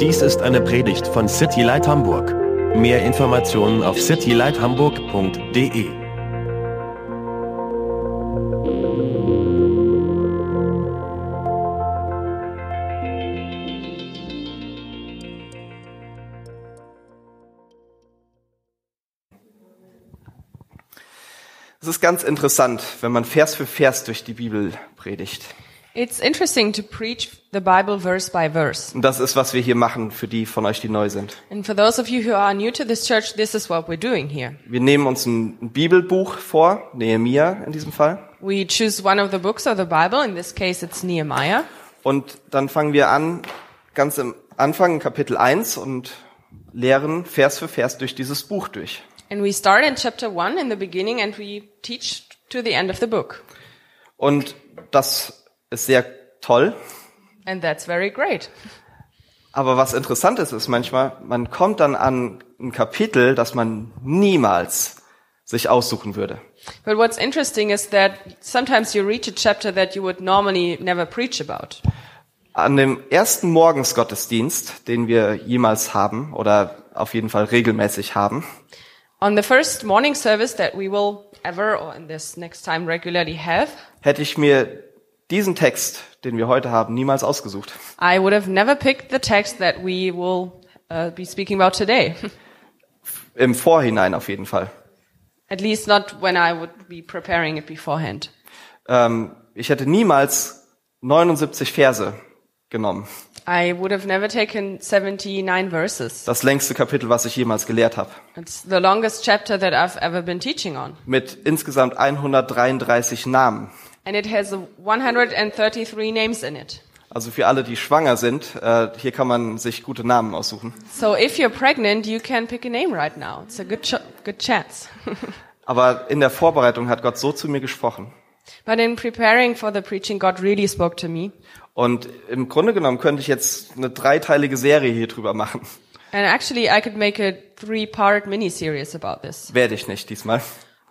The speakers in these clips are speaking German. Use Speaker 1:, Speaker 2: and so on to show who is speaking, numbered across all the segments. Speaker 1: Dies ist eine Predigt von City Light Hamburg. Mehr Informationen auf citylighthamburg.de.
Speaker 2: Es ist ganz interessant, wenn man Vers für Vers durch die Bibel predigt.
Speaker 3: It's interesting to preach the Bible verse by verse.
Speaker 2: Und das ist, was wir hier machen für die von euch, die neu sind.
Speaker 3: And for those of you who are new to this church, this is what we're doing here.
Speaker 2: Wir nehmen uns ein Bibelbuch vor, Nehemia in diesem Fall,
Speaker 3: We choose one of the books of the Bible, in this case it's Nehemiah,
Speaker 2: und dann fangen wir an, ganz am Anfang in Kapitel 1 und lehren Vers für Vers durch dieses Buch durch.
Speaker 3: and we start in chapter 1 in the beginning and we teach to the end of the book.
Speaker 2: Und das ist sehr toll.
Speaker 3: And that's very great.
Speaker 2: Aber was interessant ist, ist manchmal, man kommt dann an ein Kapitel, das man niemals sich aussuchen würde.
Speaker 3: But what's interesting is that sometimes you reach a chapter that you would normally never preach about.
Speaker 2: An dem ersten Morgensgottesdienst, den wir jemals haben oder auf jeden Fall regelmäßig haben,
Speaker 3: On the first morning service that we will ever or in this next time regularly have,
Speaker 2: hätte ich mir diesen Text, den wir heute haben, niemals ausgesucht.
Speaker 3: I would have never picked the text that we will uh, be speaking about today.
Speaker 2: Im Vorhinein auf jeden Fall.
Speaker 3: At least not when I would be preparing it beforehand.
Speaker 2: Ähm, ich hätte niemals 79 Verse genommen.
Speaker 3: I would have never taken 79 verses.
Speaker 2: Das längste Kapitel, was ich jemals gelehrt habe.
Speaker 3: It's the longest chapter that I've ever been teaching on.
Speaker 2: Mit insgesamt 133 Namen.
Speaker 3: And it has uh, 133 names in it.
Speaker 2: Also für alle, die schwanger sind, äh, hier kann man sich gute Namen aussuchen.
Speaker 3: So if you're pregnant, you can pick a name right now. It's a good, ch- good chance.
Speaker 2: Aber in der Vorbereitung hat Gott so zu mir gesprochen.
Speaker 3: but in preparing for the preaching, God really spoke to me.
Speaker 2: Und im Grunde genommen könnte ich jetzt eine dreiteilige Serie hier drüber machen.
Speaker 3: And actually, I could make a three-part mini-series about this.
Speaker 2: Werde ich nicht diesmal.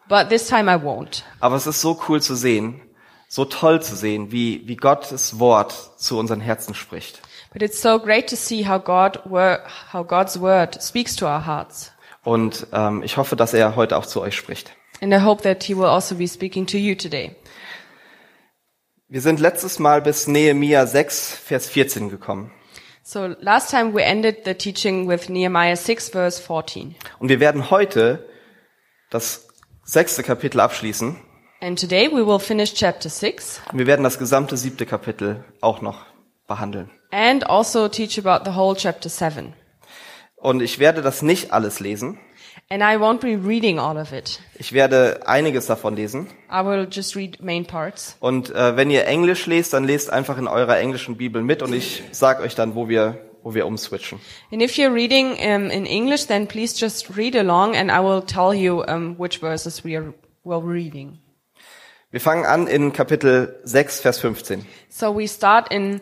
Speaker 3: But this time I won't.
Speaker 2: Aber es ist so cool zu sehen, so toll zu sehen, wie, wie Gottes Wort zu unseren Herzen spricht.
Speaker 3: But it's so great to see how God wor- how God's word speaks to our hearts.
Speaker 2: Und ähm, ich hoffe, dass er heute auch zu euch spricht.
Speaker 3: And I hope that he will also be speaking to you today.
Speaker 2: Wir sind letztes Mal bis Nehemia 6, Vers 14 gekommen.
Speaker 3: So last time we ended the teaching with Nehemiah 6 verse 14.
Speaker 2: Und wir werden heute das sechste Kapitel abschließen.
Speaker 3: And today we will finish chapter 6
Speaker 2: Und wir werden das gesamte siebte Kapitel auch noch behandeln.
Speaker 3: and also teach about the whole chapter 7.
Speaker 2: Und ich werde das nicht alles lesen.
Speaker 3: And I won't be reading all of it.
Speaker 2: Ich werde einiges davon lesen.
Speaker 3: I will just read main parts.
Speaker 2: Und äh, wenn ihr Englisch lest, dann lest einfach in eurer englischen Bibel mit und ich sag euch dann, wo wir, wo wir umswitchen.
Speaker 3: And if you're reading um, in English, then please just read along and I will tell you um, which verses we are well reading.
Speaker 2: Wir fangen an in Kapitel 6, Vers 15.
Speaker 3: So we start in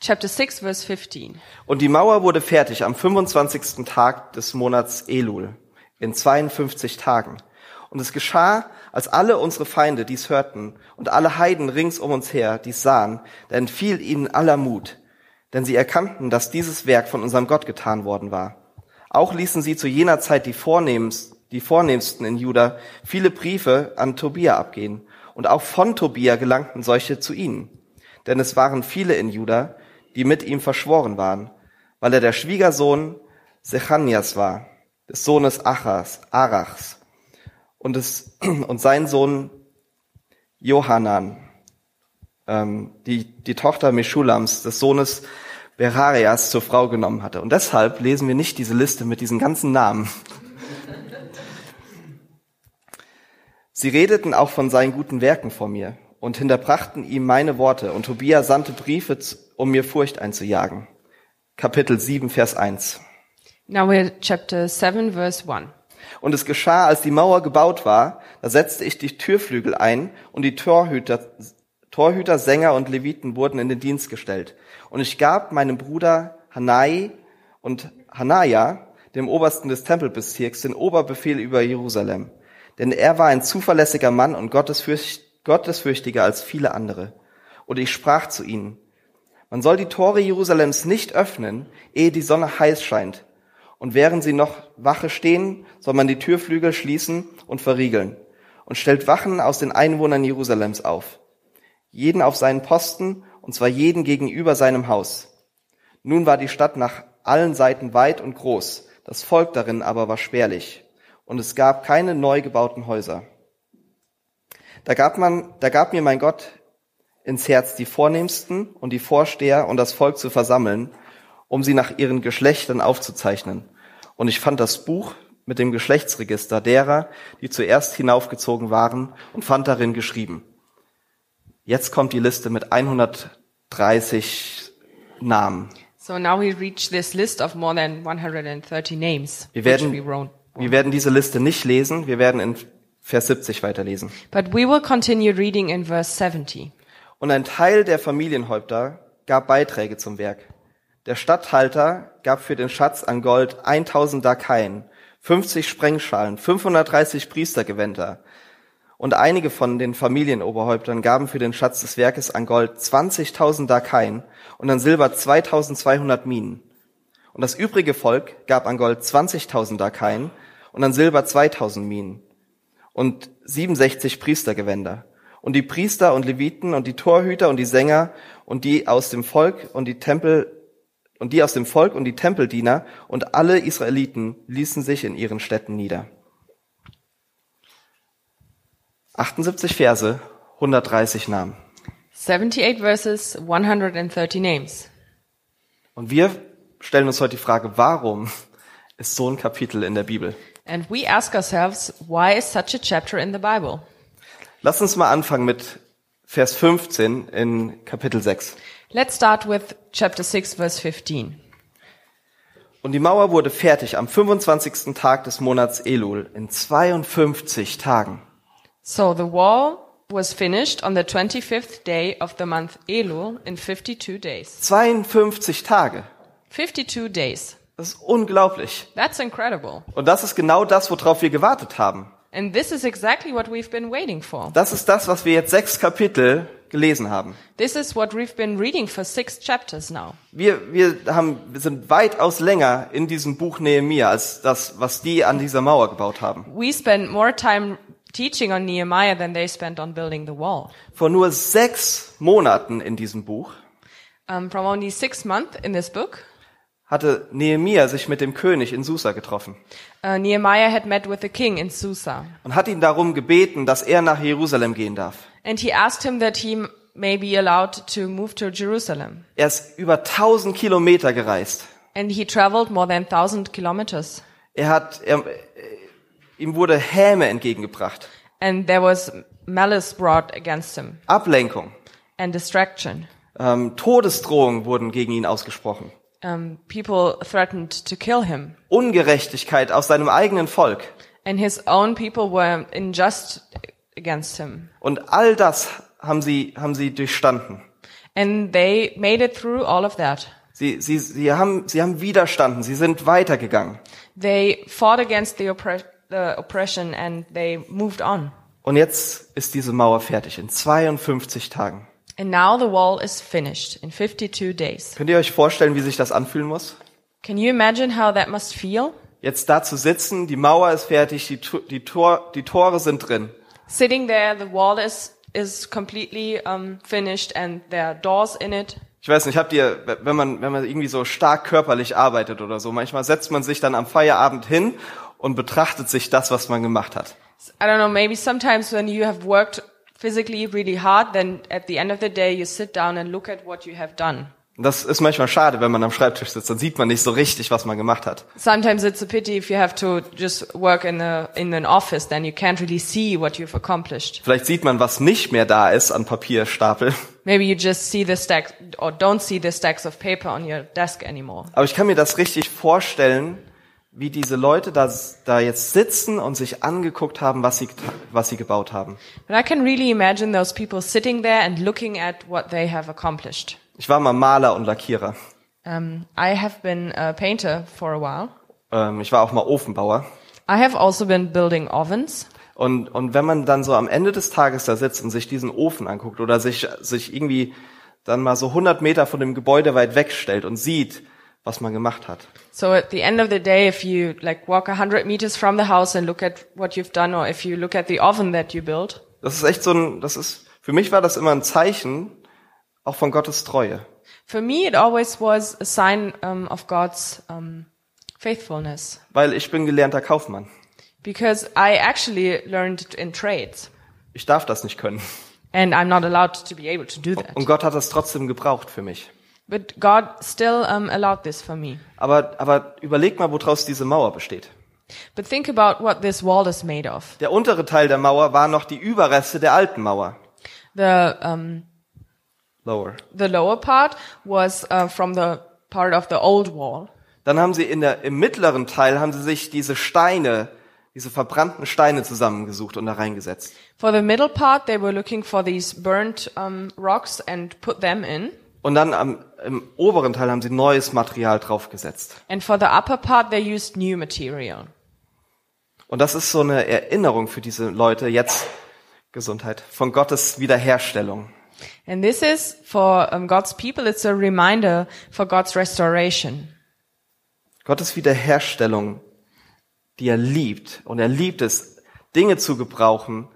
Speaker 3: chapter 6 verse 15.
Speaker 2: Und die Mauer wurde fertig am 25. Tag des Monats Elul, in 52 Tagen. Und es geschah, als alle unsere Feinde dies hörten und alle Heiden rings um uns her dies sahen, da entfiel ihnen aller Mut, denn sie erkannten, dass dieses Werk von unserem Gott getan worden war. Auch ließen sie zu jener Zeit die, Vornehms, die Vornehmsten in Juda viele Briefe an Tobia abgehen, und auch von Tobia gelangten solche zu ihnen. Denn es waren viele in Juda, die mit ihm verschworen waren, weil er der Schwiegersohn Sechanias war, des Sohnes Achas, Arachs, und, es, und sein Sohn Johanan, ähm, die die Tochter Meschulams, des Sohnes Berarias, zur Frau genommen hatte. Und deshalb lesen wir nicht diese Liste mit diesen ganzen Namen. Sie redeten auch von seinen guten Werken vor mir und hinterbrachten ihm meine Worte. Und Tobia sandte Briefe, z- um mir Furcht einzujagen. Kapitel 7, Vers 1.
Speaker 3: Now we're at chapter 7 verse 1.
Speaker 2: Und es geschah, als die Mauer gebaut war, da setzte ich die Türflügel ein und die Torhüter, Torhüter, Sänger und Leviten wurden in den Dienst gestellt. Und ich gab meinem Bruder Hanai und Hanaya, dem Obersten des Tempelbezirks, den Oberbefehl über Jerusalem. Denn er war ein zuverlässiger Mann und Gottesfürcht, gottesfürchtiger als viele andere. Und ich sprach zu ihnen, Man soll die Tore Jerusalems nicht öffnen, ehe die Sonne heiß scheint. Und während sie noch Wache stehen, soll man die Türflügel schließen und verriegeln und stellt Wachen aus den Einwohnern Jerusalems auf. Jeden auf seinen Posten, und zwar jeden gegenüber seinem Haus. Nun war die Stadt nach allen Seiten weit und groß, das Volk darin aber war spärlich, und es gab keine neu gebauten Häuser. Da gab man, da gab mir mein Gott ins Herz die Vornehmsten und die Vorsteher und das Volk zu versammeln, um sie nach ihren Geschlechtern aufzuzeichnen. Und ich fand das Buch mit dem Geschlechtsregister derer, die zuerst hinaufgezogen waren, und fand darin geschrieben. Jetzt kommt die Liste mit 130 Namen.
Speaker 3: So now we reach this list of more than 130 names,
Speaker 2: Wir
Speaker 3: which
Speaker 2: werden-
Speaker 3: we wrote.
Speaker 2: Wir werden diese Liste nicht lesen, wir werden in Vers 70 weiterlesen.
Speaker 3: But we will continue reading in verse 70.
Speaker 2: Und ein Teil der Familienhäupter gab Beiträge zum Werk. Der Statthalter gab für den Schatz an Gold 1000 Dakaien, 50 Sprengschalen, 530 Priestergewänder. Und einige von den Familienoberhäuptern gaben für den Schatz des Werkes an Gold 20.000 Dakaien und an Silber 2200 Minen. Und das übrige Volk gab an Gold 20.000 Dakaien und an Silber 2000 Minen und 67 Priestergewänder. Und die Priester und Leviten und die Torhüter und die Sänger und die aus dem Volk und die Tempel und die aus dem Volk und die Tempeldiener und alle Israeliten ließen sich in ihren Städten nieder. 78 Verse, 130 Namen.
Speaker 3: 78 verses, 130 names.
Speaker 2: Und wir stellen uns heute die Frage, warum ist so ein Kapitel in der Bibel?
Speaker 3: And we ask ourselves, why is such a chapter in the Bible?
Speaker 2: Lass uns mal anfangen mit Vers 15 in Kapitel 6.
Speaker 3: Let's start with chapter 6 verse 15.
Speaker 2: Und die Mauer wurde fertig am 25. Tag des Monats Elul in 52 Tagen.
Speaker 3: So the wall was finished on the 25th day of the month Elul in 52 days.
Speaker 2: 52 Tage.
Speaker 3: 52 days.
Speaker 2: Das ist unglaublich.
Speaker 3: That's incredible.
Speaker 2: Und das ist genau das, worauf wir gewartet haben.
Speaker 3: And this is exactly what we've been waiting for.
Speaker 2: Das ist das, was wir jetzt sechs Kapitel gelesen haben.
Speaker 3: This is what we've been reading for six chapters now.
Speaker 2: Wir, wir, haben, wir sind weitaus länger in diesem Buch Nehemia als das, was die an dieser Mauer gebaut haben.
Speaker 3: We spent more time teaching on Nehemiah than they spent on building the wall.
Speaker 2: Vor nur sechs Monaten in diesem Buch
Speaker 3: Um, from only six months in this book,
Speaker 2: hatte Nehemia sich mit dem König in Susa getroffen
Speaker 3: uh, Nehemiah had met with the king in Susa,
Speaker 2: und hat ihn darum gebeten, dass er nach Jerusalem gehen darf.
Speaker 3: and he asked him that he m- may be allowed to move to Jerusalem.
Speaker 2: Er ist über 1000 Kilometer gereist.
Speaker 3: And he traveled more than 1,000 kilometers.
Speaker 2: Er hat, er, äh, ihm wurde Häme entgegengebracht,
Speaker 3: And there was malice brought against him
Speaker 2: Ablenkung,
Speaker 3: and distraction.
Speaker 2: ähm, Todesdrohungen wurden gegen ihn ausgesprochen,
Speaker 3: Um, people threatened to kill him.
Speaker 2: Ungerechtigkeit aus seinem eigenen Volk.
Speaker 3: And his own people were unjust against him.
Speaker 2: Und all das haben sie, haben sie durchstanden.
Speaker 3: And they made it through all of that.
Speaker 2: Sie, sie, sie, haben, sie haben widerstanden, sie sind weitergegangen.
Speaker 3: They fought against the, oppre- the oppression and they moved on.
Speaker 2: Und jetzt ist diese Mauer fertig, in 52 Tagen.
Speaker 3: And now the wall is finished in 52 days.
Speaker 2: Könnt ihr euch vorstellen, wie sich das anfühlen muss?
Speaker 3: Can you imagine how that must feel?
Speaker 2: Jetzt da zu sitzen, die Mauer ist fertig, die, Tu- die, Tor, die Tore sind drin.
Speaker 3: Sitting there, the wall is, is completely um, finished and there are doors in it.
Speaker 2: Ich weiß nicht, habt ihr, wenn man, wenn man irgendwie so stark körperlich arbeitet oder so, manchmal setzt man sich dann am Feierabend hin und betrachtet sich das, was man gemacht hat.
Speaker 3: I don't know, maybe sometimes when you have worked physically really hard, then at the end of the day you sit down and look at what you have done.
Speaker 2: Und das ist manchmal schade, wenn man am Schreibtisch sitzt, dann sieht man nicht so richtig, was man gemacht hat.
Speaker 3: Sometimes it's a pity if you have to just work in a in an office, then you can't really see what you've accomplished.
Speaker 2: Vielleicht sieht man, was nicht mehr da ist an Papierstapel.
Speaker 3: Maybe you just see the stacks or don't see the stacks of paper on your desk anymore.
Speaker 2: Aber ich kann mir das richtig vorstellen, wie diese Leute da, da jetzt sitzen und sich angeguckt haben, was sie, geta- was sie gebaut haben.
Speaker 3: But I can really imagine those people sitting there and looking at what they have accomplished.
Speaker 2: Ich war mal Maler und Lackierer.
Speaker 3: Um, I have been a painter for a while.
Speaker 2: Ähm, Ich war auch mal Ofenbauer.
Speaker 3: I have also been building ovens.
Speaker 2: Und, und wenn man dann so am Ende des Tages da sitzt und sich diesen Ofen anguckt oder sich, sich irgendwie dann mal so 100 Meter von dem Gebäude weit wegstellt und sieht, was man gemacht hat.
Speaker 3: So at the end of the day, if you like walk 100 meters from the house and look at what you've done, or if you look at the oven that you built,
Speaker 2: Das ist echt so ein, das ist, für mich war das immer ein Zeichen auch von Gottes Treue.
Speaker 3: for me, it always was a sign um, of God's um, faithfulness
Speaker 2: Weil ich bin gelernter Kaufmann.
Speaker 3: because I actually learned in trades,
Speaker 2: Ich darf das nicht können.
Speaker 3: and I'm not allowed to be able to do that.
Speaker 2: Und Gott hat das trotzdem gebraucht für mich.
Speaker 3: But God still um, allowed this for me.
Speaker 2: Aber, aber überleg mal, woraus diese Mauer besteht.
Speaker 3: But think about what this wall is made of.
Speaker 2: Der untere Teil der Mauer waren noch die Überreste der alten Mauer.
Speaker 3: The um,
Speaker 2: Lower.
Speaker 3: the lower part was uh, from the part of the old wall.
Speaker 2: Dann haben sie in der, im mittleren Teil haben sie sich diese Steine, diese verbrannten Steine zusammengesucht und da reingesetzt.
Speaker 3: For the middle part, they were looking for these burnt um, rocks and put them in.
Speaker 2: Und dann am, im oberen Teil haben sie neues Material draufgesetzt.
Speaker 3: And for the upper part, they used new material.
Speaker 2: Und das ist so eine Erinnerung für diese Leute jetzt, Gesundheit, von Gottes Wiederherstellung.
Speaker 3: And this is for um, God's people, it's a reminder for God's restoration.
Speaker 2: Gottes Wiederherstellung, die er liebt. Und er liebt es, Dinge zu gebrauchen,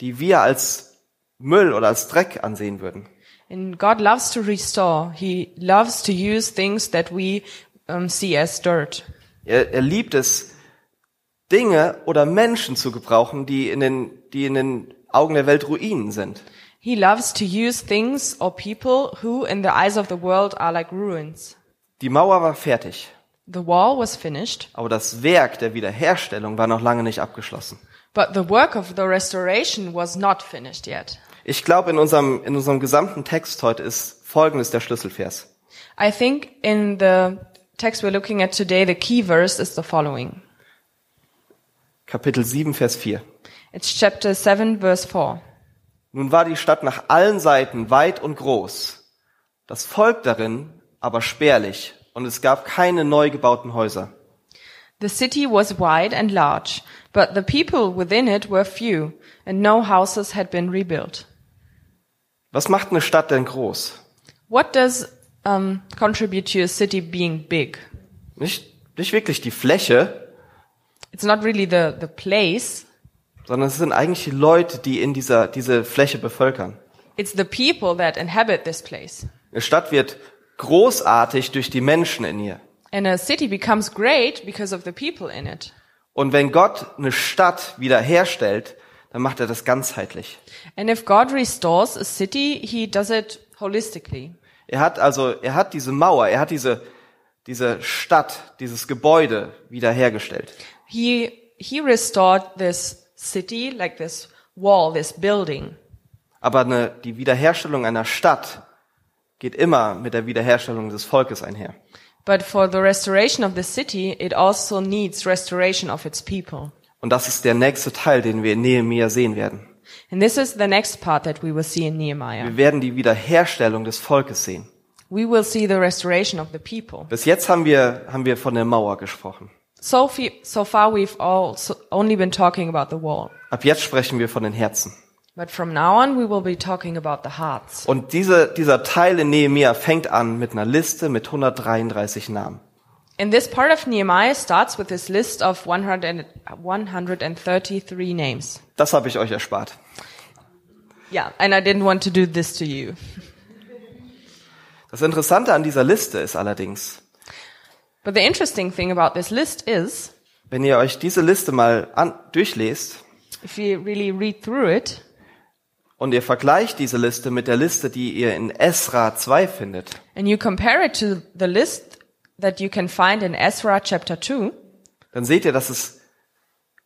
Speaker 2: die wir als Müll oder als Dreck ansehen würden.
Speaker 3: And God loves to restore. He loves to use things that we um, see as dirt.
Speaker 2: Er, er liebt es, Dinge oder Menschen zu gebrauchen, die in den, die in den Augen der Welt Ruinen sind.
Speaker 3: He loves to use things or people who, in the eyes of the world, are like ruins.
Speaker 2: Die Mauer war fertig,
Speaker 3: The wall was finished,
Speaker 2: aber das Werk der Wiederherstellung war noch lange nicht abgeschlossen.
Speaker 3: but the work of the restoration was not finished yet.
Speaker 2: Ich glaube, in unserem, in unserem gesamten Text heute ist Folgendes der Schlüsselvers.
Speaker 3: I think in the text we're looking at today, the key verse is the following.
Speaker 2: Kapitel 7, Vers 4.
Speaker 3: It's chapter 7, verse 4.
Speaker 2: Nun war die Stadt nach allen Seiten weit und groß, das Volk darin aber spärlich, und es gab keine neu gebauten Häuser.
Speaker 3: The city was wide and large, but the people within it were few, and no houses had been rebuilt.
Speaker 2: Was macht eine Stadt denn groß?
Speaker 3: What does um, contribute to a city being big?
Speaker 2: Nicht, nicht wirklich die Fläche,
Speaker 3: It's not really the, the place,
Speaker 2: sondern es sind eigentlich die Leute, die in dieser, diese Fläche bevölkern.
Speaker 3: it's the people that inhabit this place.
Speaker 2: Eine Stadt wird großartig durch die Menschen in ihr.
Speaker 3: And a city becomes great because of the people in it.
Speaker 2: Und wenn Gott eine Stadt wiederherstellt, dann macht er das ganzheitlich.
Speaker 3: And if God restores a city, he does it holistically.
Speaker 2: Er hat also, er hat diese Mauer, er hat diese, diese Stadt, dieses Gebäude wiederhergestellt.
Speaker 3: He, he restored this city, like this wall, this building.
Speaker 2: Aber eine, die Wiederherstellung einer Stadt geht immer mit der Wiederherstellung des Volkes einher.
Speaker 3: But for the restoration of the city, it also needs restoration of its people.
Speaker 2: Und das ist der nächste Teil, den wir in Nehemiah sehen werden.
Speaker 3: And this is the next part that we will see in Nehemiah.
Speaker 2: Wir werden die Wiederherstellung des Volkes sehen.
Speaker 3: We will see the restoration of the people.
Speaker 2: Bis jetzt haben wir, haben wir von der Mauer gesprochen.
Speaker 3: So, fe- so far, we've all so only been talking about the wall.
Speaker 2: Ab jetzt sprechen wir von den Herzen.
Speaker 3: But from now on, we will be talking about the hearts.
Speaker 2: Und diese, dieser Teil in Nehemiah fängt an mit einer Liste mit 133 Namen.
Speaker 3: And this part of Nehemiah starts with this list of 100 and, 133 names.
Speaker 2: Das habe ich euch erspart.
Speaker 3: Yeah, and I didn't want to do this to you.
Speaker 2: Das Interessante an dieser Liste ist allerdings,
Speaker 3: But the interesting thing about this list is,
Speaker 2: wenn ihr euch diese Liste mal an, durchlest
Speaker 3: if you really read through it,
Speaker 2: und ihr vergleicht diese Liste mit der Liste, die ihr in Esra 2 findet,
Speaker 3: and you compare it to the list that you can find in Ezra chapter 2,
Speaker 2: dann seht ihr, dass es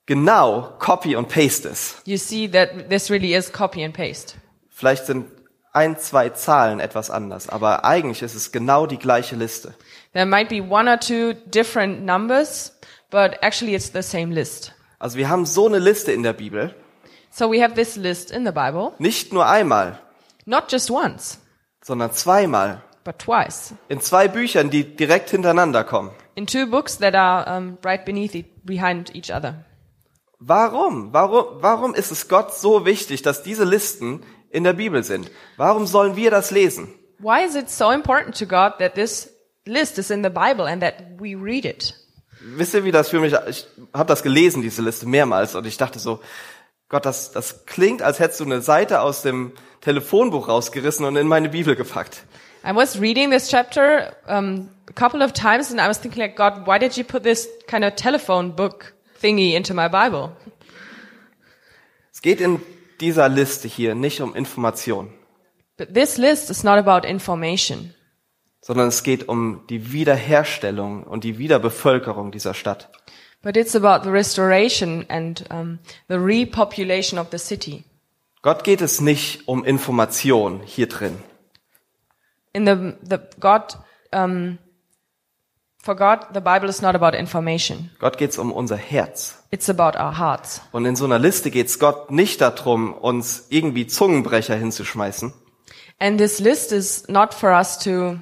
Speaker 2: genau Copy und Paste ist.
Speaker 3: you see that this really is copy and paste.
Speaker 2: Vielleicht sind ein, zwei Zahlen etwas anders, aber eigentlich ist es genau die gleiche Liste.
Speaker 3: There might be one or two different numbers, but actually it's the same list.
Speaker 2: Also wir haben so eine Liste in der Bibel,
Speaker 3: So we have this list in the Bible,
Speaker 2: nicht nur einmal,
Speaker 3: not just once,
Speaker 2: sondern zweimal.
Speaker 3: but twice.
Speaker 2: In zwei Büchern, die direkt hintereinander kommen.
Speaker 3: In two books that are um, right beneath e- behind each other.
Speaker 2: Warum? Warum? Warum ist es Gott so wichtig, dass diese Listen in der Bibel sind? Warum sollen wir das lesen?
Speaker 3: Why is it so important to God that this list is in the Bible and that we read it?
Speaker 2: Wisst ihr, wie das für mich, ich habe das gelesen, diese Liste mehrmals, und ich dachte so, Gott, das, das klingt, als hättest du eine Seite aus dem Telefonbuch rausgerissen und in meine Bibel gepackt.
Speaker 3: I was reading this chapter um, a couple of times and I was thinking like, God, why did you put this kind of telephone book thingy into my Bible?
Speaker 2: Es geht in dieser Liste hier nicht um Information,
Speaker 3: But this list is not about information.
Speaker 2: sondern es geht um die Wiederherstellung und die Wiederbevölkerung dieser Stadt.
Speaker 3: But it's about the restoration and um, the repopulation of the city.
Speaker 2: Gott geht es nicht um Information hier drin,
Speaker 3: In the the God, um, for God, the Bible is not about information.
Speaker 2: Gott geht es um unser Herz.
Speaker 3: It's about our hearts.
Speaker 2: Und in so einer Liste geht es Gott nicht darum, uns irgendwie Zungenbrecher hinzuschmeißen,
Speaker 3: And this list is not for us to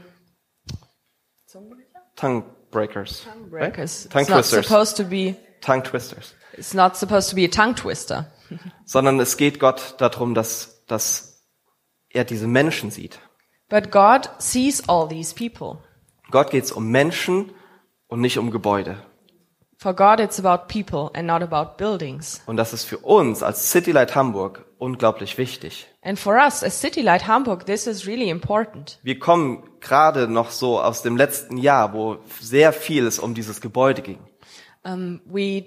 Speaker 2: Tongue Breakers.
Speaker 3: break. It's,
Speaker 2: Right?
Speaker 3: it's
Speaker 2: Tongue
Speaker 3: not
Speaker 2: Twisters.
Speaker 3: supposed to be.
Speaker 2: Tongue Twisters.
Speaker 3: It's not supposed to be a tongue twister.
Speaker 2: Sondern es geht Gott darum, dass, dass er diese Menschen sieht.
Speaker 3: But God sees all these people.
Speaker 2: Gott geht es um Menschen und nicht um Gebäude.
Speaker 3: For God, it's about people and not about buildings.
Speaker 2: Und das ist für uns als City Light Hamburg unglaublich wichtig.
Speaker 3: And for us, as City Light Hamburg, this is really important.
Speaker 2: Wir kommen gerade noch so aus dem letzten Jahr, wo sehr vieles um dieses Gebäude ging.
Speaker 3: Um, we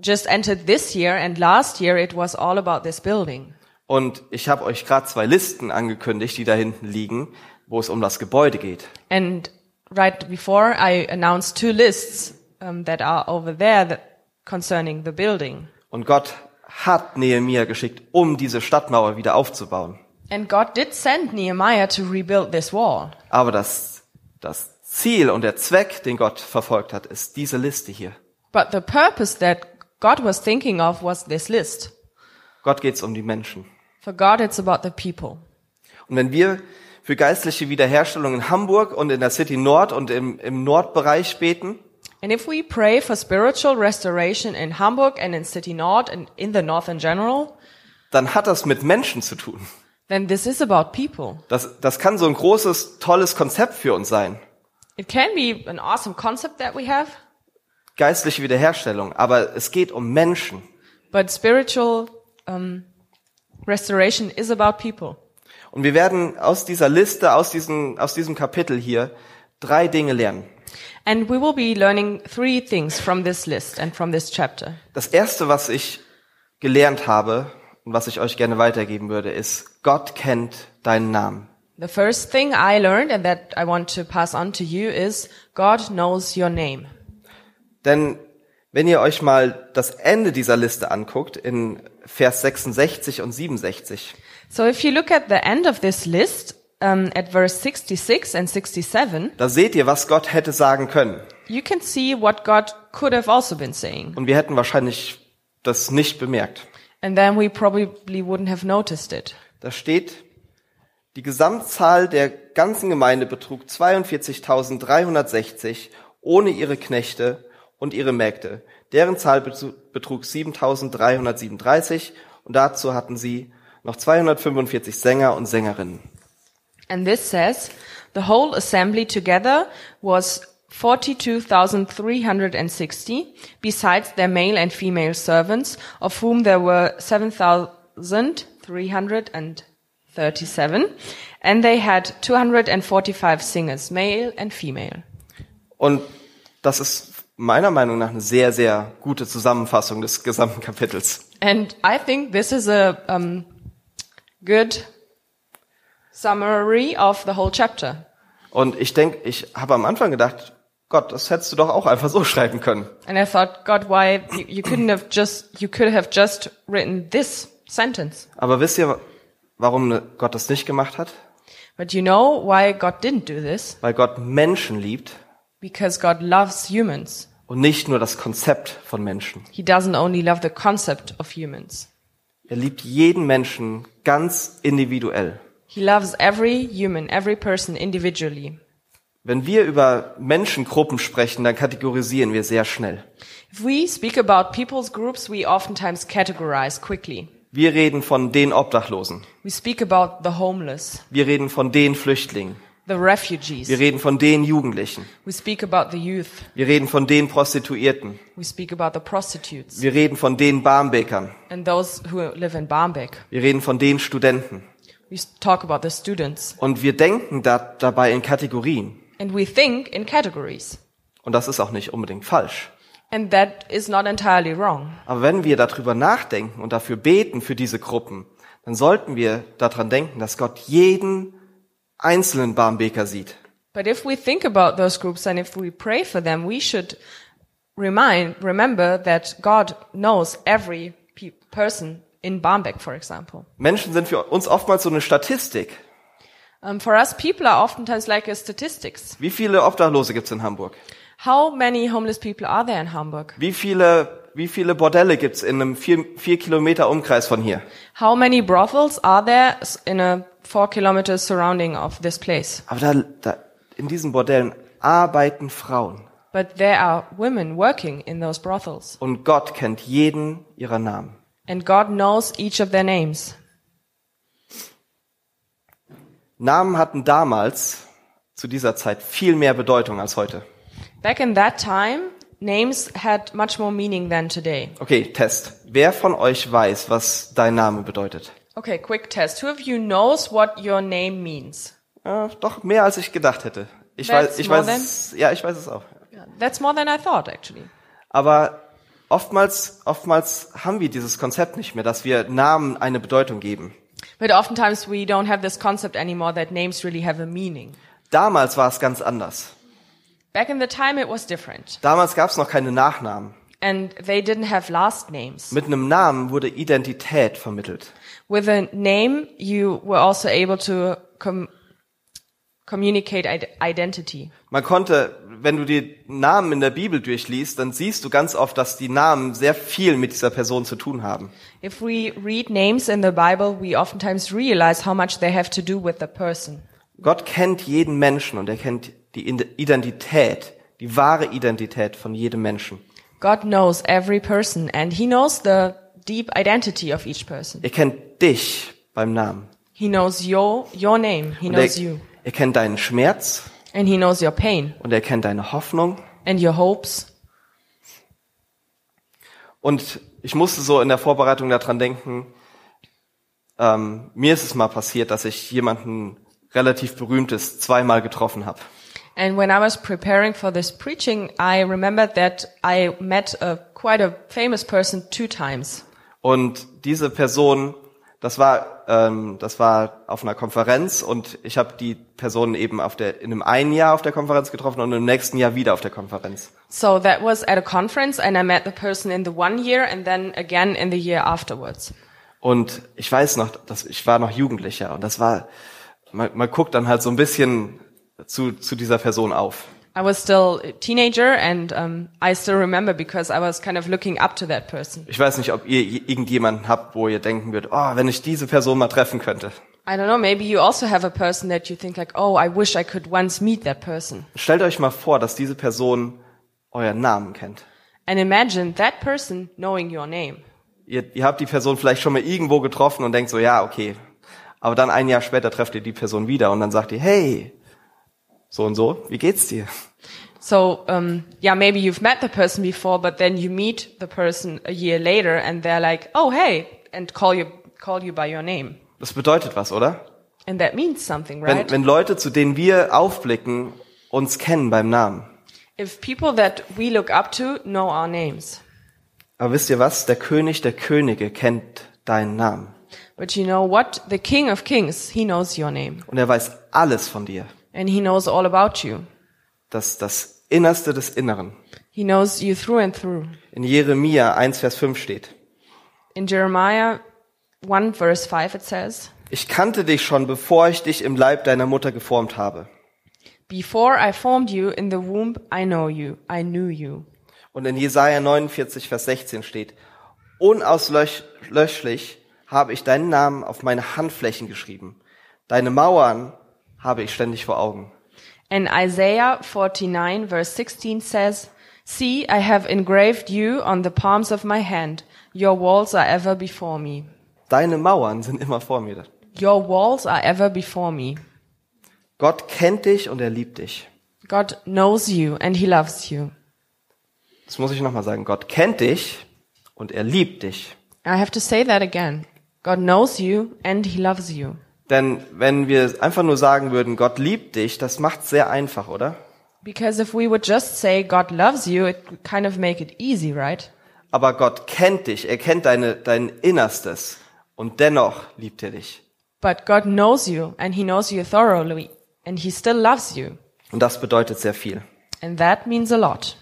Speaker 3: just entered this year, and last year it was all about this building.
Speaker 2: Und ich habe euch gerade zwei Listen angekündigt, die da hinten liegen, wo es um das Gebäude geht.
Speaker 3: And right before, I announced two lists um, that are over there that concerning the building.
Speaker 2: Und Gott hat Nehemia geschickt, um diese Stadtmauer wieder aufzubauen.
Speaker 3: And God did send Nehemiah to rebuild this wall.
Speaker 2: Aber das, das Ziel und der Zweck, den Gott verfolgt hat, ist diese Liste hier.
Speaker 3: But the purpose that God was thinking of was this list.
Speaker 2: Gott geht es um die Menschen.
Speaker 3: For God, it's about the people.
Speaker 2: Und wenn wir für geistliche Wiederherstellung in Hamburg und in der City Nord und im, im Nordbereich beten,
Speaker 3: And if we pray for spiritual restoration in Hamburg and in City Nord and in the North in general,
Speaker 2: dann hat das mit Menschen zu tun.
Speaker 3: then this is about people.
Speaker 2: Das, das kann so ein großes, tolles Konzept für uns sein.
Speaker 3: It can be an awesome concept that we have,
Speaker 2: Geistliche Wiederherstellung. Aber es geht um Menschen.
Speaker 3: but spiritual um, restoration is about people.
Speaker 2: Und wir werden aus dieser Liste, aus, diesen, aus diesem Kapitel hier, drei Dinge lernen.
Speaker 3: And we will be learning three things from this list and from this chapter.
Speaker 2: Das erste, was ich gelernt habe und was ich euch gerne weitergeben würde, ist, Gott kennt deinen Namen.
Speaker 3: The first thing I learned and that I want to pass on to you is God knows your name.
Speaker 2: Denn wenn ihr euch mal das Ende dieser Liste anguckt, in Vers 66 und 67,
Speaker 3: So if you look at the end of this list, um, at verse 66 and 67,
Speaker 2: da seht ihr, was Gott hätte sagen können.
Speaker 3: you can see what God could have also been saying.
Speaker 2: Und wir hätten wahrscheinlich das nicht bemerkt.
Speaker 3: And then we probably wouldn't have noticed it.
Speaker 2: Da steht, die Gesamtzahl der ganzen Gemeinde betrug 42.360 ohne ihre Knechte und ihre Mägde. Deren Zahl bezu- betrug 7.337 und dazu hatten sie noch 245 Sänger und Sängerinnen.
Speaker 3: And this says, the whole assembly together was 42,360, besides their male and female servants, of whom there were 7,337, and they had 245 singers, male and female.
Speaker 2: Und das ist meiner Meinung nach eine sehr, sehr gute Zusammenfassung des gesamten Kapitels.
Speaker 3: And I think this is a um, good summary of the whole chapter.
Speaker 2: Und ich denke, ich habe am Anfang gedacht, Gott, das hättest du doch auch einfach so schreiben können.
Speaker 3: And I thought, God, why you, you couldn't have just you could have just written this sentence.
Speaker 2: Aber wisst ihr, warum Gott das nicht gemacht hat?
Speaker 3: But you know why God didn't do this?
Speaker 2: Weil Gott Menschen liebt
Speaker 3: Because God loves humans.
Speaker 2: und nicht nur das Konzept von Menschen.
Speaker 3: He doesn't only love the concept of humans.
Speaker 2: Er liebt jeden Menschen ganz individuell.
Speaker 3: He loves every human, every person individually.
Speaker 2: Wenn wir über Menschengruppen sprechen, dann kategorisieren wir sehr schnell.
Speaker 3: If we speak about people's groups, we oftentimes categorize quickly.
Speaker 2: Wir reden von den Obdachlosen.
Speaker 3: We speak about the homeless,
Speaker 2: Wir reden von den Flüchtlingen.
Speaker 3: the refugees.
Speaker 2: Wir reden von den Jugendlichen.
Speaker 3: We speak about the youth.
Speaker 2: Wir reden von den Prostituierten.
Speaker 3: We speak about the prostitutes
Speaker 2: Wir reden von den Barmbekern.
Speaker 3: and those who live in Barmbek.
Speaker 2: Wir reden von den Studenten.
Speaker 3: We s- talk about the students.
Speaker 2: Und wir denken da, dabei in Kategorien.
Speaker 3: And we think in categories.
Speaker 2: Und das ist auch nicht unbedingt falsch.
Speaker 3: And that is not entirely wrong.
Speaker 2: Aber wenn wir darüber nachdenken und dafür beten für diese Gruppen, dann sollten wir daran denken, dass Gott jeden einzelnen Barmbeker sieht.
Speaker 3: But if we think about those groups and if we pray for them, we should remind, remember that God knows every pe- person in Barmbek, for example.
Speaker 2: Menschen sind für uns oftmals so eine Statistik.
Speaker 3: Um, for us, people are oftentimes like a statistics.
Speaker 2: Wie viele Obdachlose gibt's in Hamburg?
Speaker 3: How many homeless people are there in Hamburg?
Speaker 2: Wie viele, wie viele Bordelle gibt's in einem vier, vier Kilometer Umkreis von hier?
Speaker 3: How many brothels are there s- in a four kilometer surrounding of this place?
Speaker 2: Aber da, da, in diesen Bordellen arbeiten Frauen.
Speaker 3: But there are women working in those brothels.
Speaker 2: Und Gott kennt jeden ihrer Namen.
Speaker 3: And God knows each of their names.
Speaker 2: Namen hatten damals zu dieser Zeit viel mehr Bedeutung als heute.
Speaker 3: Back in that time, names had much more meaning than today.
Speaker 2: Okay, Test. Wer von euch weiß, was dein Name bedeutet?
Speaker 3: Okay, quick test. Who of you knows what your name means?
Speaker 2: Äh, doch mehr als ich gedacht hätte. Ich
Speaker 3: That's
Speaker 2: weiß, ich
Speaker 3: more
Speaker 2: weiß, es, ja, ich weiß es auch.
Speaker 3: That's more than I thought, actually.
Speaker 2: Aber oftmals, oftmals haben wir dieses Konzept nicht mehr, dass wir Namen eine Bedeutung geben.
Speaker 3: But oftentimes we don't have this concept anymore that names really have a meaning.
Speaker 2: Damals war es ganz anders.
Speaker 3: Back in the time, it was different.
Speaker 2: Damals gab es noch keine Nachnamen.
Speaker 3: And they didn't have last names.
Speaker 2: Mit einem Namen wurde Identität vermittelt.
Speaker 3: With a name, you were also able to com- communicate ide- identity.
Speaker 2: Man konnte, wenn du die Namen in der Bibel durchliest, dann siehst du ganz oft, dass die Namen sehr viel mit dieser Person zu tun haben.
Speaker 3: If we read names in the Bible, we oftentimes realize how much they have to do with the person.
Speaker 2: Gott kennt jeden Menschen und er kennt die Identität, die wahre Identität von jedem Menschen.
Speaker 3: God knows every person and he knows the deep identity of each person.
Speaker 2: Er kennt dich beim Namen.
Speaker 3: He knows your your name, he
Speaker 2: Und er,
Speaker 3: knows you,
Speaker 2: er kennt deinen Schmerz
Speaker 3: and he knows your pain
Speaker 2: und er kennt deine Hoffnung.
Speaker 3: and your hopes.
Speaker 2: Und ich musste so in der Vorbereitung daran denken, ähm, mir ist es mal passiert, dass ich jemanden relativ berühmtes zweimal getroffen habe.
Speaker 3: And when I was preparing for this preaching, I remembered that I met a quite a famous person two times.
Speaker 2: Und diese Person, das war, ähm, das war auf einer Konferenz und ich habe die Person eben auf der, in einem einen Jahr auf der Konferenz getroffen und im nächsten Jahr wieder auf der Konferenz.
Speaker 3: So that was at a conference and I met the person in the one year and then again in the year afterwards.
Speaker 2: Und ich weiß noch, dass ich war noch Jugendlicher und das war, man, man guckt dann halt so ein bisschen zu, zu dieser Person auf.
Speaker 3: I was still a teenager and um, I still remember because I was kind of looking up to that person.
Speaker 2: Ich weiß nicht, ob ihr j- irgendjemanden habt, wo ihr denken würdet, oh, wenn ich diese Person mal treffen könnte.
Speaker 3: I don't know, maybe you also have a person that you think like, oh, I wish I could once meet that person.
Speaker 2: Stellt euch mal vor, dass diese Person euren Namen kennt.
Speaker 3: And imagine that person knowing your name.
Speaker 2: ihr, ihr habt die Person vielleicht schon mal irgendwo getroffen und denkt so, ja, okay. Aber dann ein Jahr später trefft ihr die Person wieder und dann sagt ihr, hey, so und so, wie geht's dir?
Speaker 3: So, um, yeah, maybe you've met the person before, but then you meet the person a year later and they're like, oh, hey, and call you, call you by your name.
Speaker 2: Das bedeutet was, oder?
Speaker 3: And that means something,
Speaker 2: Wenn,
Speaker 3: right?
Speaker 2: wenn Leute, zu denen wir aufblicken, uns kennen beim Namen.
Speaker 3: if people that we look up to know our names.
Speaker 2: Aber wisst ihr was? Der König der Könige kennt deinen Namen.
Speaker 3: But you know what? The King of Kings, he knows your name.
Speaker 2: Und er weiß alles von dir.
Speaker 3: and he knows all about you.
Speaker 2: Das, das Innerste des Inneren.
Speaker 3: He knows you through and through.
Speaker 2: In Jeremia 1, Vers 5 steht,
Speaker 3: In Jeremiah 1 verse 5 it says,
Speaker 2: ich kannte dich schon, bevor ich dich im Leib deiner Mutter geformt habe.
Speaker 3: "Before I formed you in the womb, I know you. I knew you."
Speaker 2: Und in Jesaja 49, Vers 16 steht, unauslöschlich habe ich deinen Namen auf meine Handflächen geschrieben. Deine Mauern habe ich ständig vor Augen.
Speaker 3: And Isaiah 49 verse 16 says, "See, I have engraved you on the palms of my hand. Your walls are ever before me."
Speaker 2: Deine Mauern sind immer vor mir.
Speaker 3: Your walls are ever before me.
Speaker 2: Gott kennt dich und er liebt dich.
Speaker 3: God knows you and he loves you.
Speaker 2: Das muss ich nochmal sagen. Gott kennt dich und er liebt dich.
Speaker 3: I have to say that again. God knows you and he loves you.
Speaker 2: Denn wenn wir einfach nur sagen würden, Gott liebt dich, das macht's sehr einfach, oder?
Speaker 3: Because if we would just say God loves you, it would kind of make it easy, right?
Speaker 2: Aber Gott kennt dich, er kennt deine, dein Innerstes und dennoch liebt er dich.
Speaker 3: But God knows you and he knows you thoroughly and he still loves you.
Speaker 2: Und das bedeutet sehr viel.
Speaker 3: And that means a lot.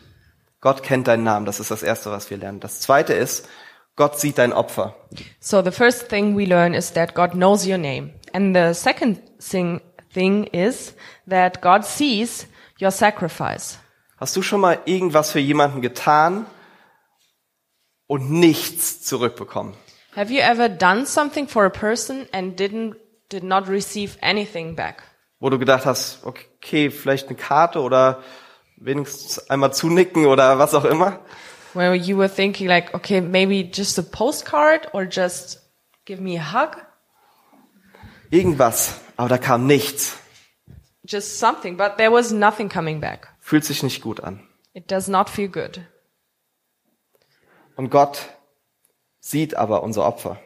Speaker 2: Gott kennt deinen Namen, das ist das Erste, was wir lernen. Das Zweite ist, Gott sieht dein Opfer.
Speaker 3: So the first thing we learn is that God knows your name. And the second thing, thing is that God sees your sacrifice.
Speaker 2: Hast du schon mal irgendwas für jemanden getan und nichts zurückbekommen?
Speaker 3: Have you ever done something for a person and didn't did not receive anything back?
Speaker 2: Wo du gedacht hast, okay, vielleicht eine Karte oder wenigstens einmal zunicken oder was auch immer?
Speaker 3: Where you were thinking like, okay, maybe just a postcard or just give me a hug,
Speaker 2: Irgendwas, aber da kam nichts.
Speaker 3: just something, but there was nothing coming back.
Speaker 2: Fühlt sich nicht gut an.
Speaker 3: It does not feel good.
Speaker 2: Und Gott sieht aber unser Opfer.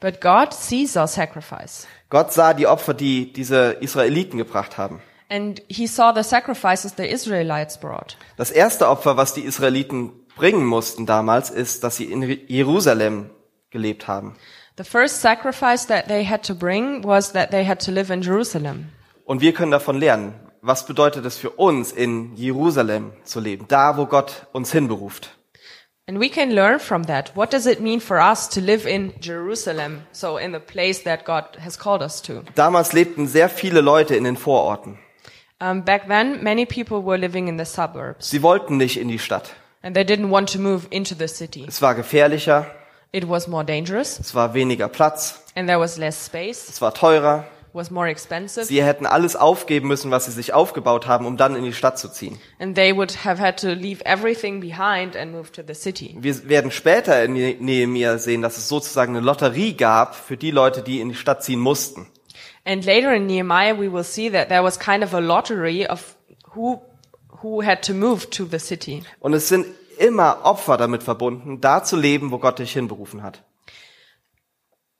Speaker 3: But God sees our sacrifice.
Speaker 2: Gott sah die Opfer, die diese Israeliten gebracht haben.
Speaker 3: And he saw the sacrifices the Israelites brought.
Speaker 2: Das erste Opfer, was die Israeliten bringen mussten damals, ist, dass sie in Jerusalem gelebt haben.
Speaker 3: The first sacrifice that they had to bring was that they had to live in Jerusalem.
Speaker 2: Und wir können davon lernen. Was bedeutet es für uns, in Jerusalem zu leben? Da, wo Gott uns hinberuft.
Speaker 3: And we can learn from that. What does it mean for us to live in Jerusalem? So in the place that God has called us to.
Speaker 2: Damals lebten sehr viele Leute in den Vororten.
Speaker 3: Um, back then, many people were living in the suburbs
Speaker 2: Sie wollten nicht in die Stadt.
Speaker 3: and they didn't want to move into the city.
Speaker 2: Es war gefährlicher,
Speaker 3: It was more dangerous
Speaker 2: es war weniger Platz,
Speaker 3: and there was less space,
Speaker 2: es war teurer.
Speaker 3: was more expensive,
Speaker 2: Sie hätten alles aufgeben müssen, was sie sich aufgebaut haben, um dann in die Stadt zu ziehen.
Speaker 3: and they would have had to leave everything behind and move to the city.
Speaker 2: Wir werden später in Ne- Nehemia sehen, dass es sozusagen eine Lotterie gab für die Leute, die in die Stadt ziehen mussten.
Speaker 3: And later in Nehemiah, we will see that there was kind of a lottery of who who had to move to the city.
Speaker 2: Und es sind immer Opfer damit verbunden, da zu leben, wo Gott dich hinberufen hat.